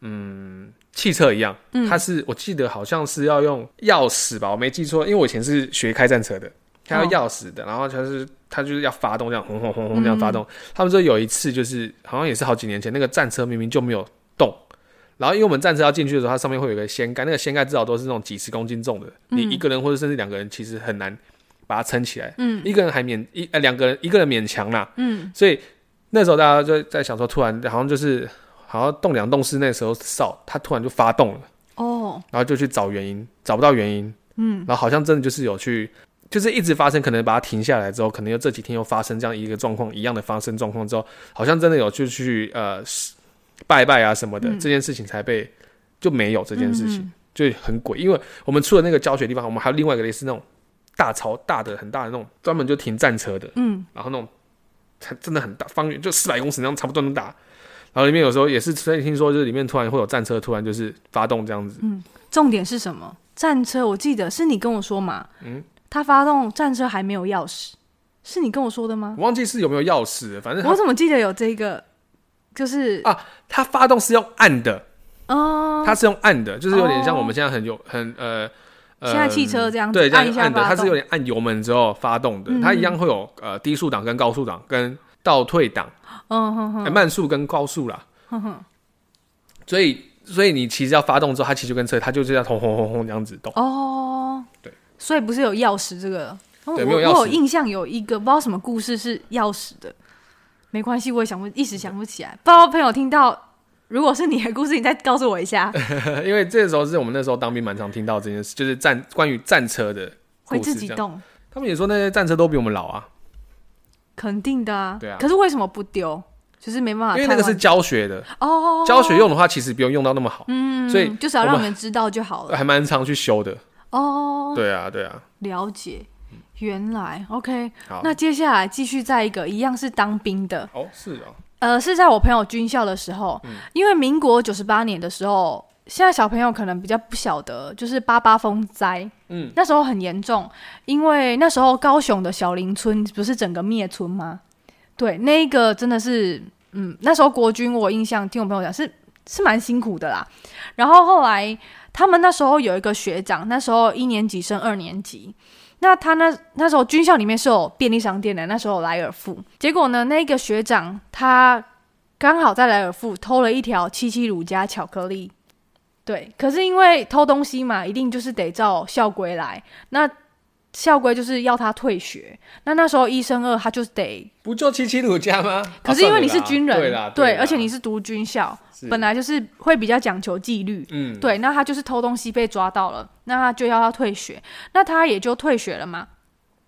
B: 嗯汽车一样，
A: 嗯
B: 它是我记得好像是要用钥匙吧，我没记错，因为我以前是学开战车的，它要
A: 哦
B: 钥匙的，然后它是它就是要发动这样轰轰轰轰这样发动。
A: 嗯
B: 他们说有一次就是好像也是好几年前，那个战车明明就没有动。然后，因为我们战车要进去的时候，它上面会有一个掀盖，那个掀盖至少都是那种几十公斤重的，你一个人或者甚至两个人其实很难把它撑起来。
A: 嗯
B: 一个人还勉一呃两个人一个人勉强啦，
A: 嗯，
B: 所以那时候大家就在想说，突然好像就是好像动两动是那时候少，它突然就发动了，
A: 哦，
B: 然后就去找原因，找不到原因，
A: 嗯，
B: 然后好像真的就是有去，就是一直发生，可能把它停下来之后，可能又这几天又发生这样一个状况一样的发生状况之后，好像真的有就去呃拜拜啊什么的，这件事情才被就没有这件事情。
A: 嗯
B: 就很诡异，因为我们除了那个教学地方，我们还有另外一个类似那种大槽大的很大的那种，专门就停战车的，
A: 嗯，
B: 然后那种它真的很大，方圆就四百公尺那样差不多那么大。然后里面有时候也是，所以听说就是里面突然会有战车突然就是发动这样子，
A: 重点是什么？战车，我记得是你跟我说嘛，嗯，他发动战车还没有钥匙，是你跟我说的吗？
B: 我呃忘记是有没有钥匙了，反正
A: 我
B: 它
A: 怎么记得有这个？就是
B: 啊它发动是用按的，
A: 哦，
B: 它是用按的，就是有点像
A: 哦
B: 我们现在很有很呃。呃
A: 现在汽车这样子
B: 对，这样
A: 按一下
B: 按的，
A: 发
B: 它
A: 动嗯
B: 是有点按油门之后发动的，它一样会有呃低速档跟高速档跟倒退档，
A: 嗯哼
B: 欸
A: 哼，
B: 慢速跟高速啦。所以，所以你其实要发动之后，它其实就跟车，它就是要轰轰轰轰这样子动。
A: 哦，
B: 对，
A: 所以不是有钥匙这个？哦我
B: 对没有钥匙
A: 我有印象有一个不知道什么故事是钥匙的，没关系，我也想不一时想不起来。不知道朋友听到，如果是你的故事，你再告诉我一下，
B: 因为这时候是我们那时候当兵蛮常听到这件事，就是战关于战车的
A: 会
B: 故
A: 自
B: 事
A: 己
B: 这样。
A: 动，
B: 他们也说那些战车都比我们老啊，
A: 肯定的啊。
B: 对啊
A: 可是为什么不丢？就是没办法
B: 因
A: 太
B: 为
A: 晚，
B: 那个是教学的，
A: 哦，
B: 教学用的话其实不用用到那么好，
A: 嗯，
B: 所以
A: 就是要让
B: 我
A: 你
B: 们
A: 们知道就好了。
B: 还蛮常去修的。
A: 哦，
B: 对啊，对啊。
A: 了解，原来 OK。
B: 嗯好，
A: 那接下来继续再一个，一样是当兵的，
B: 哦是哦，
A: 呃，是在我朋友军校的时候，因为民国九十八年的时候，现在小朋友可能比较不晓得，就是八八风灾，
B: 嗯，
A: 那时候很严重，因为那时候高雄的小林村不是整个灭村吗？对，那一个真的是，嗯，那时候国军我印象听我朋友讲是是蛮辛苦的啦。然后后来他们那时候有一个学长，那时候一年级升二年级，那他那那时候军校里面是有便利商店的，那时候有莱尔富。结果呢，那个学长他刚好在莱尔富偷了一条七七乳加巧克力。对，可是因为偷东西嘛，一定就是得照校规来。那校规就是要他退学。那那时候一升二，他就得。
B: 不就七七乳加吗？
A: 可是
B: 啊
A: 因为你是
B: 算了啦
A: 军人，
B: 对啦，啦
A: 而且你是读军校，
B: 是
A: 本来就是会比较讲求纪律。
B: 嗯，
A: 对，那他就是偷东西被抓到了，那他就要他退学，那他也就退学了嘛。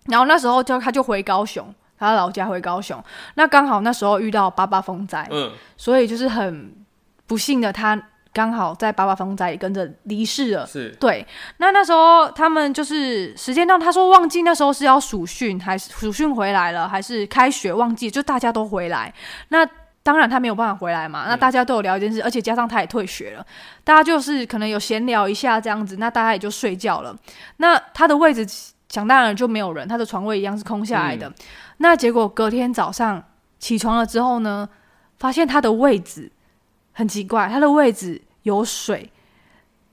A: 然后那时候就他就回高雄，他老家回高雄，那刚好那时候遇到八八风灾，
B: 嗯，
A: 所以就是很不幸的，他刚好在八八风灾也跟着离世了。
B: 是
A: 对，那那时候他们就是时间到，他说忘记那时候是要暑训，还是暑训回来了，还是开学忘记，就大家都回来。那当然他没有办法回来嘛，那大家都有聊一件事，而且加上他也退学了，大家就是可能有闲聊一下这样子，那大家也就睡觉了。那他的位置想当然就没有人，他的床位一样是空下来的。那结果隔天早上起床了之后呢，发现他的位置很奇怪，他的位置有水。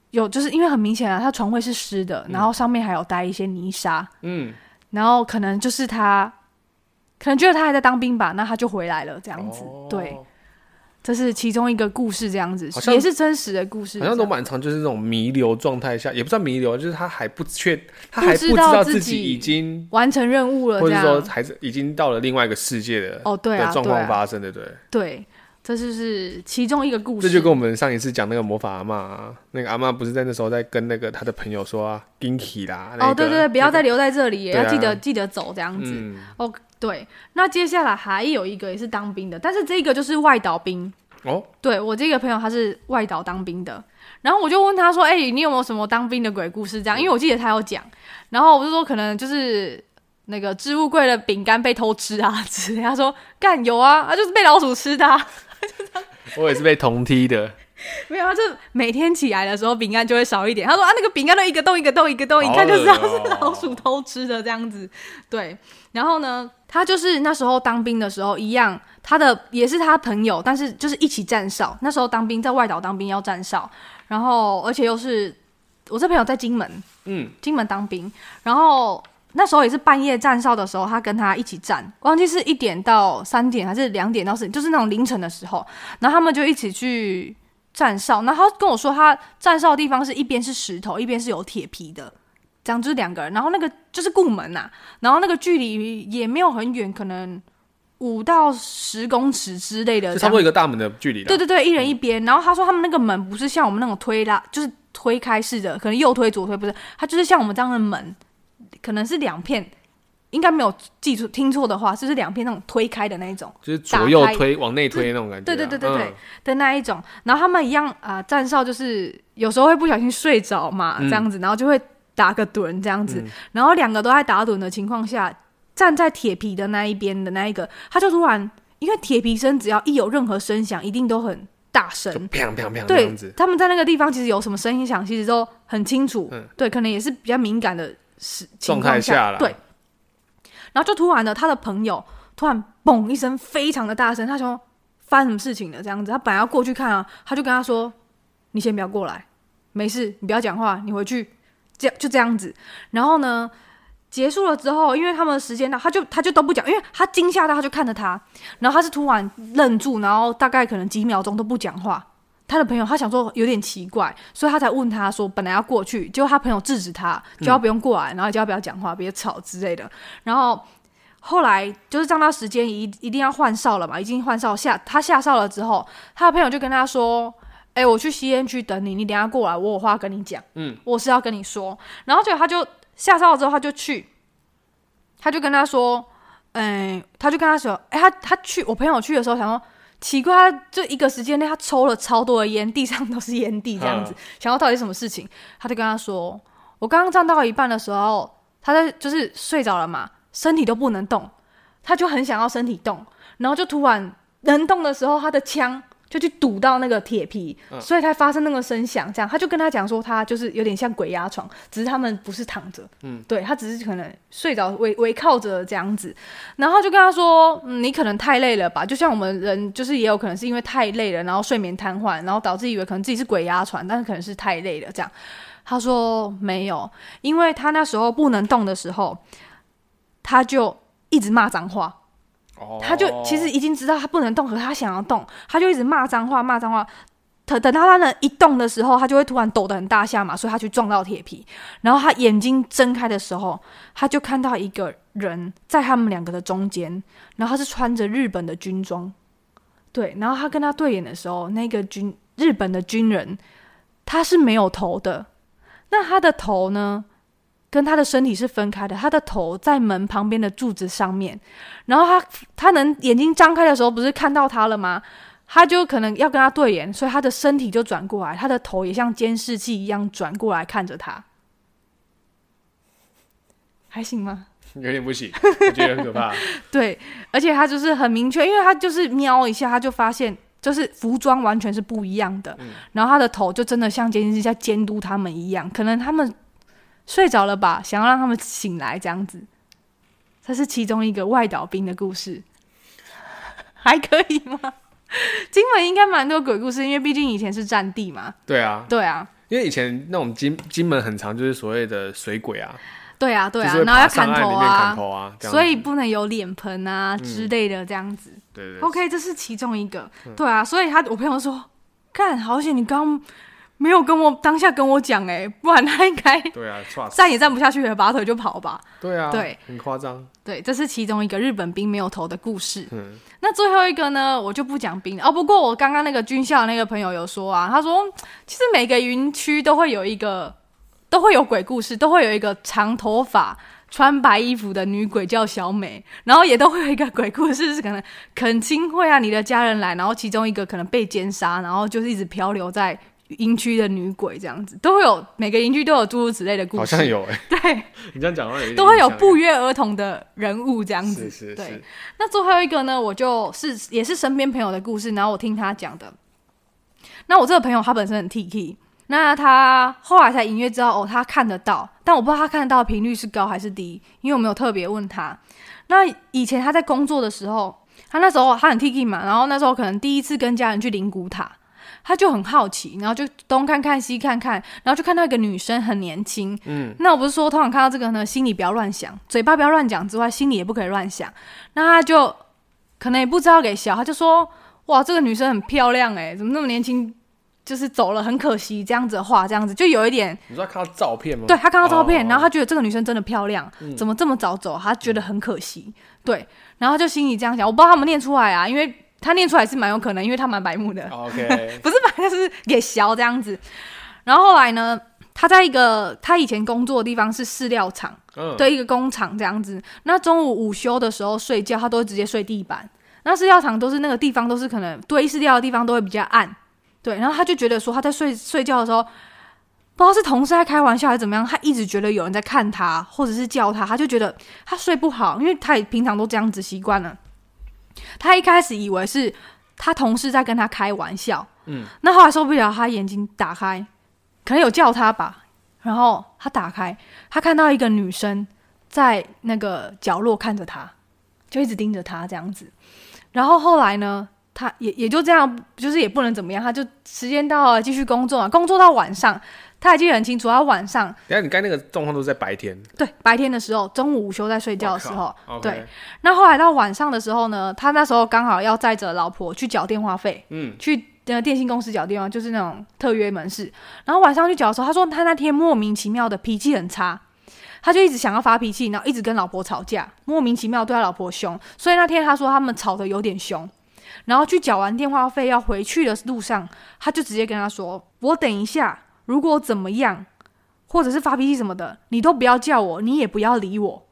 A: 有，就是因为很明显啊，他床位是湿的，然后上面还有带一些泥沙，
B: 嗯，
A: 然后可能就是他，可能觉得他还在当兵吧，那他就回来了这
B: 这
A: 样子。对，，这是其中一个故事，这样子
B: 哦好像
A: 也是真实的故事，
B: 好像都
A: 这样
B: 蛮常就是那种弥留状态下，也不算弥留，就是他还不确，他还
A: 不知
B: 知
A: 道
B: 道
A: 自
B: 己
A: 己
B: 已经，
A: 完成任务了
B: 或
A: 这
B: 者说
A: 样。
B: 还是已经到了另外一个世界的
A: 哦，对啊，
B: 的状
A: 对
B: 况
A: 啊，
B: 发生的，对，
A: 对，这就是其中一个故事。
B: 这就跟我们上一次讲那个魔法阿嬷啊，那个阿嬷不是在那时候在跟那个他的朋友说啊 g i n k y 啦，那
A: 哦，对
B: 个
A: 对对，不要再
B: 那个
A: 留在这里耶，
B: 对啊
A: 要记得记得走这样子。
B: 嗯，
A: 哦，对，那接下来还有一个也是当兵的，但是这个就是外岛兵。
B: 哦，
A: 对我这个朋友他是外岛当兵的，然后我就问他说：“哎、你有没有什么当兵的鬼故事？”这样，因为我记得他有讲，然后我就说可能就是那个置物柜的饼干被偷吃啊之类。他说：“干有啊，他就是被老鼠吃的、啊，
B: 我也是被同梯的，
A: 没有，他就每天起来的时候饼干就会少一点。”他说：“啊，那个饼干都一个洞一个洞一个洞，一
B: 好
A: 看就知道
B: 恶哦
A: 是老鼠偷吃的这样子。”对，然后呢，他就是那时候当兵的时候一样，他的也是他朋友，但是就是一起站哨。那时候当兵在外岛当兵要站哨，然后而且又是我这朋友在金门，
B: 嗯，
A: 金门当兵，然后那时候也是半夜站哨的时候，他跟他一起站，忘记是一点到三点还是两点到四点，就是那种凌晨的时候，然后他们就一起去站哨，然后他跟我说他站哨的地方是一边是石头，一边是有铁皮的。这样就是两个人，然后那个就是固门呐、然后那个距离也没有很远，可能五到十公尺之类的，
B: 就差不多一个大门的距离
A: 呃
B: 了。
A: 对对对，一人一边。然后他说他们那个门不是像我们那种推拉，就是推开式的，可能右推左推，不是，它就是像我们这样的门，可能是两片，应该没有记错听错的话，就是两片那种推开的那一种
B: 就是左右推往内推那种感觉
A: 对
B: 啊。
A: 对对对对
B: 嗯，
A: 的那一种。然后他们一样啊、呃站哨就是有时候会不小心睡着嘛，
B: 嗯
A: 这样子，然后就会打个盹这样子。然后两个都在打盹的情况下，站在铁皮的那一边的那一个，他就突然，因为铁皮声只要一有任何声响，一定都很大声
B: 就，砰砰砰这
A: 对
B: 样子，，
A: 他们在那个地方其实有什么声音响，其实都很清楚。
B: 嗯
A: 对，可能也是比较敏感的时情
B: 状
A: 况
B: 态
A: 下，
B: 下啦
A: 对。然后就突然呢，他的朋友突然嘣一声，非常的大声，他想说发生什么事情了这样子。他本来要过去看啊，他就跟他说：“你先不要过来，没事，你不要讲话，你回去。”这样就这样子。然后呢，结束了之后，因为他们时间到，他就他就都不讲，因为他惊吓到，他就看着他，然后他是突然愣住，然后大概可能几秒钟都不讲话。他的朋友他想说有点奇怪，所以他才问他说本来要过去，结果他朋友制止他，叫他不用过来，然后叫他不要讲话，别吵之类的。然后后来就是让他时间一一定要换哨了嘛，已经换哨下他下哨了之后，他的朋友就跟他说。哎、我去吸烟区等你，你等一下过来，我有话跟你讲。
B: 嗯，
A: 我是要跟你说。然后结果他就下哨了之后，他就去，他就跟他说，哎、他就跟他说，哎、他他去我朋友去的时候，想说奇怪，他就一个时间内他抽了超多的烟，地上都是烟蒂这样子，想要到底是什么事情，他就跟他说，我刚刚站到一半的时候，他在就是睡着了嘛，身体都不能动，他就很想要身体动，然后就突然能动的时候，他的枪。就去堵到那个铁皮，所以才发生那个声响。这样，他就跟他讲说，他就是有点像鬼压床，只是他们不是躺着，嗯，对他只是可能睡着围围靠着这样子。然后就跟他说、嗯，你可能太累了吧？就像我们人，就是也有可能是因为太累了，然后睡眠瘫痪，然后导致以为可能自己是鬼压床，但是可能是太累了这样。他说没有，因为他那时候不能动的时候，他就一直骂脏话。
B: 哦
A: 他就其实已经知道他不能动，可是他想要动，他就一直骂脏话，骂脏话。等等到他呢一动的时候，他就会突然抖得很大下嘛，所以他去撞到铁皮。然后他眼睛睁开的时候，他就看到一个人在他们两个的中间，然后他是穿着日本的军装，对。然后他跟他对眼的时候，那个军日本的军人他是没有头的，那他的头呢跟他的身体是分开的，他的头在门旁边的柱子上面，然后他他能眼睛张开的时候，不是看到他了吗？他就可能要跟他对眼，所以他的身体就转过来，他的头也像监视器一样转过来看着他，还行吗？
B: 有点不行，我觉得很可怕。
A: 对，而且他就是很明确，因为他就是瞄一下，他就发现就是服装完全是不一样的，
B: 嗯
A: 然后他的头就真的像监视器在监督他们一样，可能他们睡着了吧，想要让他们醒来这样子。这是其中一个外岛兵的故事，还可以吗？金门应该蛮多鬼故事，因为毕竟以前是战地嘛。
B: 对啊，
A: 对啊，
B: 因为以前那种金金门很长，就是所谓的水鬼啊，
A: 对啊，对啊
B: 就是，会
A: 然后要
B: 爬上
A: 砍
B: 岸里
A: 头
B: 面砍
A: 啊，
B: 头啊，这样
A: 所以
B: 子嗯
A: 不能有脸盆啊之类的这样子。
B: 对对对
A: OK，这是其中一个，对啊，所以他我朋友说，看，好险你刚没有跟我当下跟我讲哎、不然他应该
B: 对啊，哇塞
A: 站也站不下去了，拔腿就跑吧。
B: 对啊，
A: 对，
B: 很夸张，
A: 对，这是其中一个日本兵没有头的故事。
B: 嗯，
A: 那最后一个呢，我就不讲兵了哦。不过我刚刚那个军校那个朋友有说啊，他说其实每个云区都会有一个，都会有鬼故事，都会有一个长头发穿白衣服的女鬼叫小美，然后也都会有一个鬼故事，是可能恳亲会啊，你的家人来，然后其中一个可能被奸杀，然后就是一直漂流在营区的女鬼这样子，都会有每个营区都有诸如此类的故事，
B: 好 像有哎、
A: 对，
B: 你这样讲话有一点
A: 都会有
B: 印象欸
A: 不约而同的人物这样子，
B: 是是
A: 对
B: 是，，
A: 那最后一个呢，我就是也是身边朋友的故事，然后我听他讲的。那我这个朋友他本身很 T K，那他后来才隐约知道哦，他看得到，但我不知道他看得到的频率是高还是低，因为我没有特别问他。那以前他在工作的时候，他那时候他很 T K 嘛，然后那时候可能第一次跟家人去灵骨塔。他就很好奇，然后就东看看西看看，然后就看到一个女生很年轻。嗯，那我不是说通常看到这个呢，心里不要乱想，嘴巴不要乱讲之外，心里也不可以乱想。那他就可能也不知道给小，他就说：“哇，这个女生很漂亮哎、怎么那么年轻，就是走了很可惜。”这样子的话，这样子就有一点，
B: 你说他看到照片吗？
A: 对他看到照片，
B: 嗯哦
A: 然后他觉得这个女生真的漂亮，怎么这么早走？他觉得很可惜，对，然后他就心里这样想。我不知道他们念出来啊，因为他念出来是蛮有可能，因为他蛮白目的。
B: 哦 OK，
A: 不是吧，就是给削这样子。然后后来呢，他在一个他以前工作的地方是饲料厂，
B: 嗯，
A: 对一个工厂这样子。那中午午休的时候睡觉，他都会直接睡地板。那饲料场都是那个地方都是可能堆饲料的地方都会比较暗，对。然后他就觉得说他在睡睡觉的时候，不知道是同事在开玩笑还是怎么样，他一直觉得有人在看他或者是叫他，他就觉得他睡不好，因为他也平常都这样子习惯了。他一开始以为是他同事在跟他开玩笑，
B: 嗯，
A: 那后来受不了，他眼睛打开，可能有叫他吧，然后他打开，他看到一个女生在那个角落看着他，就一直盯着他这样子。然后后来呢，他也也就这样，就是也不能怎么样，他就时间到了继续工作啊，工作到晚上，他还记得很清楚，他晚上
B: 等一下你刚才那个状况都是在白天，
A: 对白天的时候，中午午休在睡觉的时候，
B: 我靠
A: 对
B: OK，
A: 那后来到晚上的时候呢，他那时候刚好要载着老婆去缴电话费，
B: 嗯，
A: 去呃电信公司缴电话，就是那种特约门市。然后晚上去缴的时候，他说他那天莫名其妙的脾气很差，他就一直想要发脾气，然后一直跟老婆吵架，莫名其妙对他老婆凶，所以那天他说他们吵得有点凶。然后去缴完电话费要回去的路上，他就直接跟他说：“我等一下，如果怎么样，或者是发脾气什么的，你都不要叫我，你也不要理我，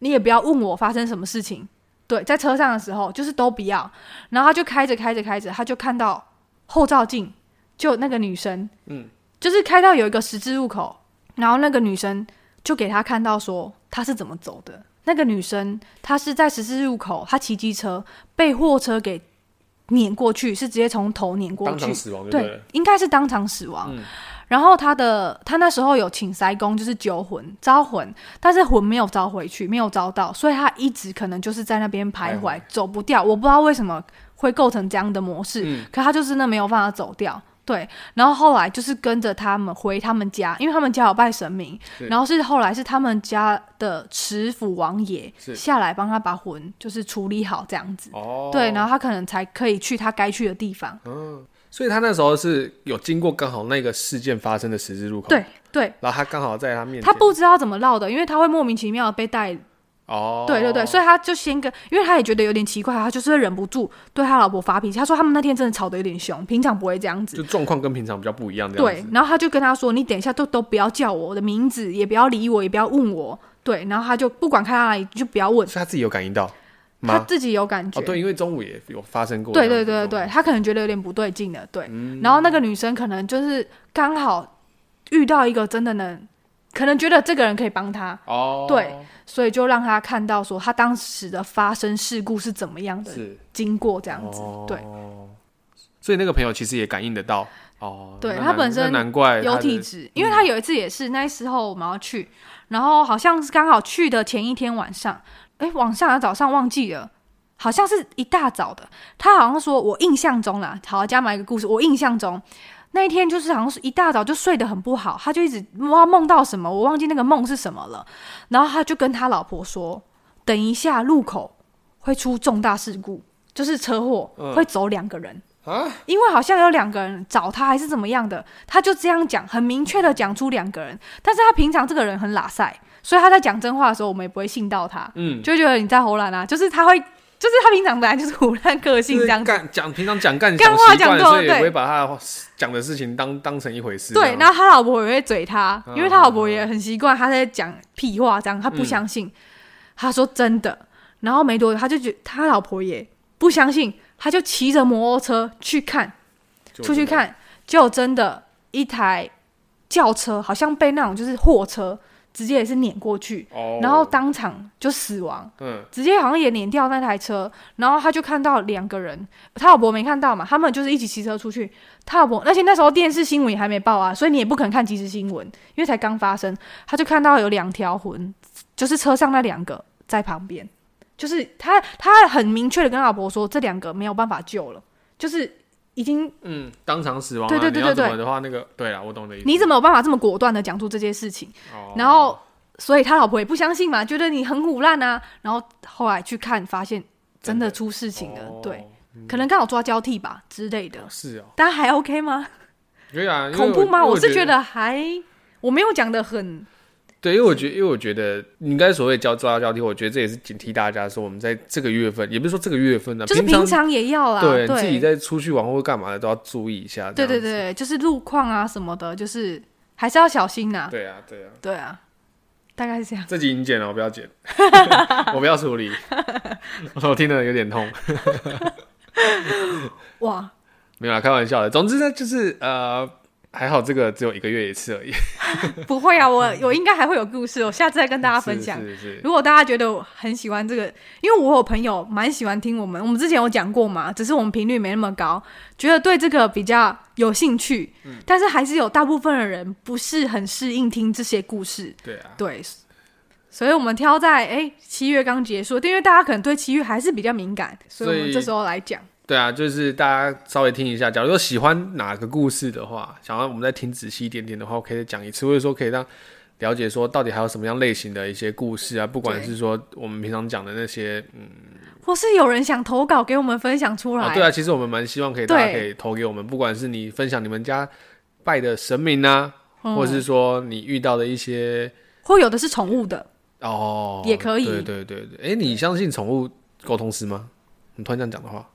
A: 你也不要问我发生什么事情。”对，在车上的时候就是都不要。然后他就开着开着开着，他就看到后照镜，就那个女生，
B: 嗯，
A: 就是开到有一个十字路口，然后那个女生就给他看到说她是怎么走的。那个女生她是在十字路口，她骑机车被货车给碾过去，是直接从头碾过
B: 当
A: 去
B: 场，死亡就对
A: 对
B: 了，，
A: 应该是当场死亡。
B: 嗯
A: 然后他的他那时候有请塞公，就是救魂、招魂，但是魂没有招回去，没有招到，所以他一直可能就是在那边徘徊，
B: 徘徊
A: 走不掉。我不知道为什么会构成这样的模式，
B: 嗯
A: 可他就真的没有办法走掉。对，然后后来就是跟着他们回他们家，因为他们家有拜神明，
B: 是
A: 然后是后来是他们家的持府王爷
B: 是
A: 下来帮他把魂就是处理好这样子，
B: 哦，
A: 对，然后他可能才可以去他该去的地方。
B: 所以他那时候是有经过刚好那个事件发生的十字路口，
A: 对，对，
B: 然后他刚好在他面前，
A: 他不知道怎么绕的，因为他会莫名其妙地被带。
B: 哦，
A: 对对对，所
B: 以
A: 以他就先跟，因为他也觉得有点奇怪，他就是会忍不住对他老婆发脾气。他说他们那天真的吵得有点凶，平常不会这样子。
B: 就状况跟平常比较不一样，这样
A: 对
B: 子，，
A: 然后他就跟他说：“你等一下都都不要叫我的名字，也不要理我，也不要问我。”对，然后他就不管看到哪里就不要问，
B: 所以他自己有感应到
A: 他
B: 吗？
A: 自己有感觉。
B: 哦，对，因为中午也有哦发生过这
A: 对
B: 样子
A: 对
B: 的
A: 对
B: 状况，
A: 对，他可能觉得有点不对劲了，对。
B: 嗯
A: 然后那个女生可能就是刚好遇到一个真的能，可能觉得这个人可以帮他，
B: 哦，
A: 对，所以就让他看到说他当时的发生事故是怎么样的
B: 是
A: 经过这样子，对，
B: 哦所以那个朋友其实也感应得到哦，
A: 对
B: 那
A: 他
B: 难
A: 本身
B: 那难怪他
A: 有
B: 的嗯
A: 体质，因为他有一次也是那时候我们要去，然后好像是刚好去的前一天晚上，诶，晚上还是早上忘记了。好像是一大早的，他好像说，我印象中啦，好，加码一个故事，我印象中那一天就是好像是一大早就睡得很不好，他就一直不知道梦到什么，我忘记那个梦是什么了，然后他就跟他老婆说，等一下路口会出重大事故，就是车祸，
B: 嗯
A: 会走两个人。
B: 啊，
A: 因为好像有两个人找他还是怎么样的，他就这样讲，很明确的讲出两个人。但是他平常这个人很拉塞，所以他在讲真话的时候，我们也不会信到他，
B: 嗯，
A: 就会觉得你在胡乱啊，就是他会就是他平常本来就是胡乱个性这
B: 就是
A: 样子。
B: 干讲平常讲干
A: 干
B: 讲
A: 话
B: 习惯
A: 讲
B: 了，
A: 多
B: 所以也
A: 对
B: 不会把他讲的事情当当成一回事。
A: 对，
B: 这
A: 然
B: 样
A: 后他老婆也会嘴他，因为
B: 嗯
A: 他老婆也很习惯他在讲屁话，这样他不相信。他说真的，然后没多久他就觉他老婆也不相信，他就骑着摩托车去看，
B: 就
A: 出去
B: 真的
A: 看，就真的一台轿车，好像被那种就是货车直接也是碾过去，
B: 哦，
A: 然后当场就死亡。
B: 嗯
A: 直接好像也碾掉那台车，然后他就看到两个人，他老婆没看到嘛，他们就是一起骑车出去。他老婆，而且那时候电视新闻也还没报啊，所以你也不可能看即时新闻，因为才刚发生。他就看到有两条魂，就是车上那两个在旁边，就是他他很明确的跟老婆说，这两个没有办法救了，就是已经
B: 嗯，当场死亡啊。
A: 对对对
B: 你要
A: 对
B: 怎么的话，那个对啦，我懂你的意思。
A: 你怎么有办法这么果断的讲出这件事情？
B: 哦
A: 然后，所以他老婆也不相信嘛，觉得你很虎烂啊。然后后来去看，发现真的出事情了，
B: 哦
A: 对，可能刚好抓交替吧之类的。
B: 是哦，
A: 大家还 OK 吗？
B: 对啊，因为
A: 恐怖吗？
B: 因为
A: 我是
B: 觉
A: 觉得还，我没有讲的很
B: 对，因为我觉得，因为我觉得你刚才所谓交抓交替，我觉得这也是警惕大家说，我们在这个月份，也不是说这个月份啊，
A: 就是
B: 平
A: 平常也要啦，
B: 对
A: 对，
B: 自己在出去玩或干嘛的都要注意一下。
A: 对对
B: 这样子
A: 对，就是路况啊什么的，就是还是要小心呐、
B: 对啊对啊，
A: 对啊，大概是这样。
B: 这集你剪了，我不 要剪，我不要处理， 我听了有点痛。
A: 哇，
B: 没有啦，开玩笑的。总之呢，就是呃，还好这个只有一个月一次而已，
A: 不会啊，我我应该还会有故事，我下次再跟大家分享。
B: 是是是
A: 如果大家觉得我很喜欢这个，因为我有朋友蛮喜欢听我们，我们之前有讲过嘛，只是我们频率没那么高，觉得对这个比较有兴趣，
B: 嗯
A: 但是还是有大部分的人不是很适应听这些故事，
B: 对啊，
A: 对，所以我们挑在哎七月刚结束，因为大家可能对七月还是比较敏感，所以我
B: 所
A: 们
B: 以
A: 这时候来讲，
B: 对啊，就是大家稍微听一下。假如说喜欢哪个故事的话，想要我们再听仔细一点点的话，我可以再讲一次，或者说可以让了解说到底还有什么样类型的一些故事啊，不管
A: 对
B: 是说我们平常讲的那些，嗯，
A: 或是有人想投稿给我们分享出来，
B: 啊，对啊，其实我们蛮希望可以大家
A: 对
B: 可以投给我们，不管是你分享你们家拜的神明啊，
A: 嗯
B: 或者是说你遇到的一些
A: 或有的是宠物的，
B: 哦，
A: 也可以
B: 对对对对，哎、你相信宠物沟通师吗？你突然这样讲的话，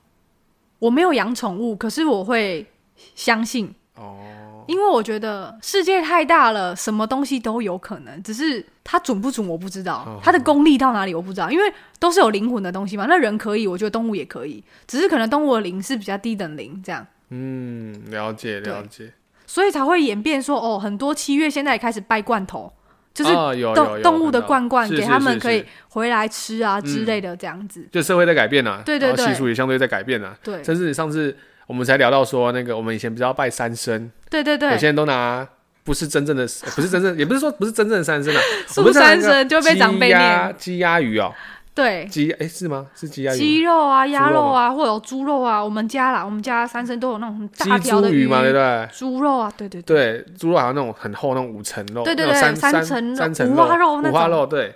A: 我没有养宠物，可是我会相信。
B: 哦，
A: 因为我觉得世界太大了，什么东西都有可能，只是它准不准我不知道
B: 哦，
A: 它的功力到哪里我不知道，因为都是有灵魂的东西嘛。那人可以，我觉得动物也可以，只是可能动物的灵是比较低等灵这样，
B: 嗯，了解
A: 对
B: 了解，
A: 所以才会演变说哦，很多七月现在也开始拜罐头，就是
B: 啊有有有
A: 动动物的
B: 看到
A: 罐罐
B: 是
A: 给
B: 是
A: 他们
B: 是嗯
A: 可以
B: 是
A: 回来吃啊之类的这样子。
B: 就社会在改变啊，
A: 对对
B: 然后习
A: 对
B: 俗也相对在改变啊。
A: 对
B: 甚至上次我们才聊到说，那个我们以前不是要拜三牲，
A: 对对
B: 有些
A: 对，
B: 人都拿不是真正的，呃不是真正，也不是说不是真正的 三牲啊，
A: 素
B: 我们是拿那
A: 三
B: 个
A: 牲就会被长辈
B: 鸡鸭
A: 念，
B: 鸡鸭鱼哦，
A: 对。
B: 鸡哎是吗？是鸡鸭
A: 鸡
B: 鱼吗。
A: 肉啊，鸭
B: 猪肉
A: 肉
B: 吗
A: 啊，或有猪肉啊，我们家啦，我们家三生都有那种很大
B: 鸡
A: 条
B: 猪
A: 的
B: 鱼嘛，对不对？
A: 猪肉啊，对对对，
B: 对，猪肉好像那种很厚那种五层肉，
A: 对对
B: 那种
A: 对三
B: 三三
A: 层肉
B: 三层
A: 五花肉那
B: 五花
A: 种
B: 肉，对，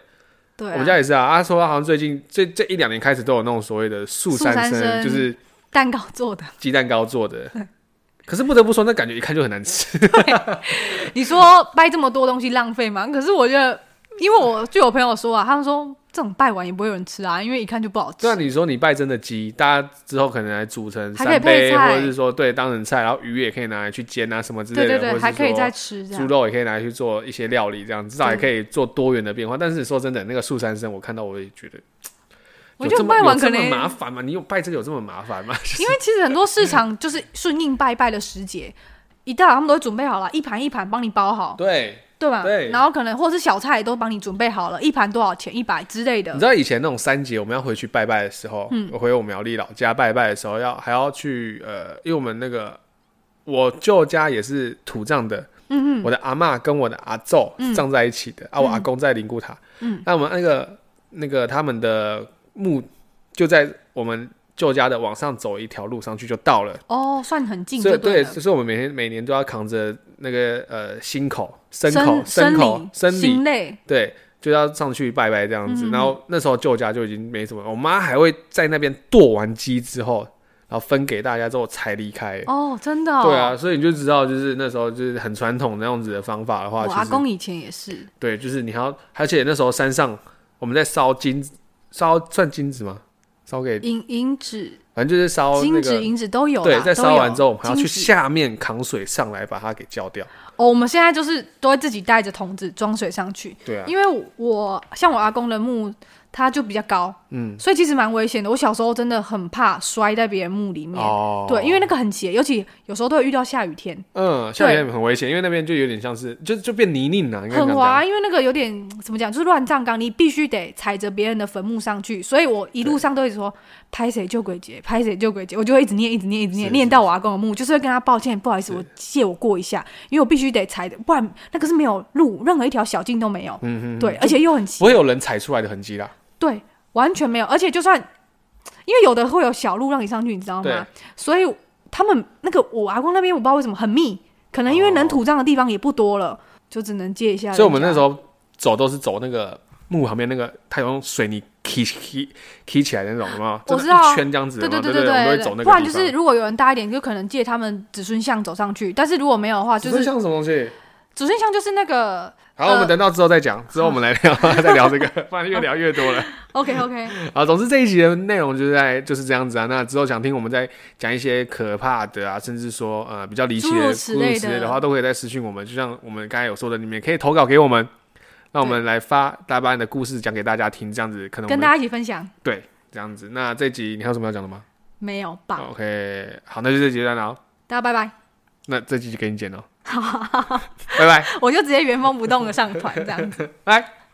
A: 对啊、
B: 我们家也是啊。阿说好像最近这这一两年开始都有那种所谓的素
A: 素
B: 三
A: 三
B: 牲，
A: 牲
B: 就是
A: 蛋糕做的。
B: 鸡蛋糕做的。可是不得不说，那感觉一看就很难 吃。
A: 你说掰这么多东西浪费吗？可是我觉得，因为我就有朋友说啊，他们说这种掰完也不会有人吃啊，因为一看就不好吃
B: 虽。然你说你拜真的鸡，大家之后可能来煮成
A: 还可以
B: 三
A: 配
B: 杯，
A: 菜
B: 或者是说对当成菜，然后鱼也可以拿来去煎啊什么之类
A: 对
B: 的，
A: 对对，
B: 或
A: 还
B: 者
A: 可以
B: 是
A: 再
B: 说
A: 吃这
B: 猪
A: 样。
B: 肉也可以拿来去做一些料理，这样至少也可以做多元的变化。但是说真的，那个素三生，我看到我也觉得，
A: 我
B: 有
A: 觉得
B: 这么
A: 拜完
B: 有这
A: 可能
B: 么麻烦吗？你有拜这个有这么麻烦吗？
A: 因为其实很多市场 就是顺应拜拜的时节，一到他们都会准备好了，一盘一盘帮你包好，
B: 对，
A: 对吧？
B: 对
A: 然后可能或是小菜都帮你准备好了，一盘多少钱，一百之类
B: 你
A: 的。嗯
B: 知道以前那种三节我们要回去拜拜的时候，我回我们苗栗老家拜拜的时候，要还要去呃，因为我们那个我舅家也是土葬的，嗯嗯，我的阿嬷跟我的阿昼
A: 嗯
B: 是葬在一起的、啊，我阿公在灵骨塔，嗯，那我们那个那个他们的墓就在我们舅家的往上走一条路上去就到了。
A: 哦，算很近
B: 所
A: 就
B: 以对，
A: 了。
B: 所以我们每天每年都要扛着那个呃心口、牲口、
A: 生
B: 牲口、
A: 生
B: 生
A: 理
B: 理
A: 心累，
B: 对，就要上去拜拜这样
A: 嗯
B: 子。然后那时候舅家就已经没什么，我妈还会在那边剁完鸡之后，然后分给大家之后才离开。
A: 哦，真的、哦。
B: 对啊，，所以你就知道，就是那时候就是很传统那样子的方法的话，
A: 我阿
B: 其实
A: 公以前也是，
B: 对，就是你还要，而且那时候山上我们在烧金，烧算金子吗？烧给，
A: 银银纸、
B: 反正就是烧哦那
A: 金纸、
B: 个，
A: 银纸都有啦，
B: 对，在
A: 都
B: 烧
A: 有
B: 完之后，我们还要
A: 金
B: 去
A: 纸
B: 下面扛水上来把它给浇掉。
A: 哦，我们现在就是都会自己带着桶子装水上去，
B: 对啊，
A: 因为我像我阿公的墓，他就比较高，
B: 嗯，
A: 所以其实蛮危险的。我小时候真的很怕摔在别人墓里面，
B: 哦，
A: 对，因为那个很斜，尤其有时候都会遇到下雨天，
B: 嗯，下雨天很危险，因为那边就有点像是就就变泥泞了，应该这
A: 很
B: 样讲
A: 滑，因为那个有点怎么讲，就是乱葬岗，你必须得踩着别人的坟墓上去。所以我一路上都一直说拍谁救鬼节，拍谁救鬼节，我就会一直念，一直念，一直念，
B: 是
A: 念
B: 是
A: 到我阿公的墓，就是会跟他抱歉，不好意思，我借我过一下，因为我必须得踩的，不然那个是没有路，任何一条小径都没有。
B: 嗯嗯，
A: 对，而且又很奇
B: 不会有人踩出来的痕迹啦。
A: 对，完全没有。而且就算，因为有的会有小路让你上去，你知道
B: 对
A: 吗？所以他们那个我阿公那边我不知道为什么很密，可能因为能
B: 哦
A: 土葬的地方也不多了，就只能借一下人家。
B: 所以我们那时
A: 啊
B: 候走都是走那个墓旁边那个，它有用水泥起起起起来的那种，有没有？
A: 我
B: 真的
A: 知道
B: 一圈这样子，
A: 对
B: 有没有
A: 对
B: 对我
A: 对
B: 们都会走那个地方。
A: 不然就是如果有人大一点，就可能借他们子孙像走上去；但是如果没有的话，就是
B: 这
A: 呃
B: 像什么东西？
A: 子孙像就是那 个
B: 好，我们等到之后再讲，之后我们来聊， 再聊这个，不然越聊越多了。
A: OK OK，
B: 啊，总之这一集的内容就是在就是这样子啊。那之后想听我们再讲一些可怕的啊，甚至说呃比较离奇的
A: 诸
B: 故
A: 如
B: 事
A: 此
B: 之类
A: 类的
B: 的话，都可以在私讯我们。就像我们刚才有说的，你们也可以投稿给我们，那我们来发大家把你的故事讲给大家听，这样子可能我
A: 跟
B: 们
A: 大家一起分享。
B: 对这样子。那这集你还有什么要讲的吗
A: 没有吧？
B: ？OK，好，那就这集这样了哦。
A: 大家拜拜，
B: 那这集就给你剪了哦，拜拜，
A: 我就直接原封不动的上传这样子。
B: 拜。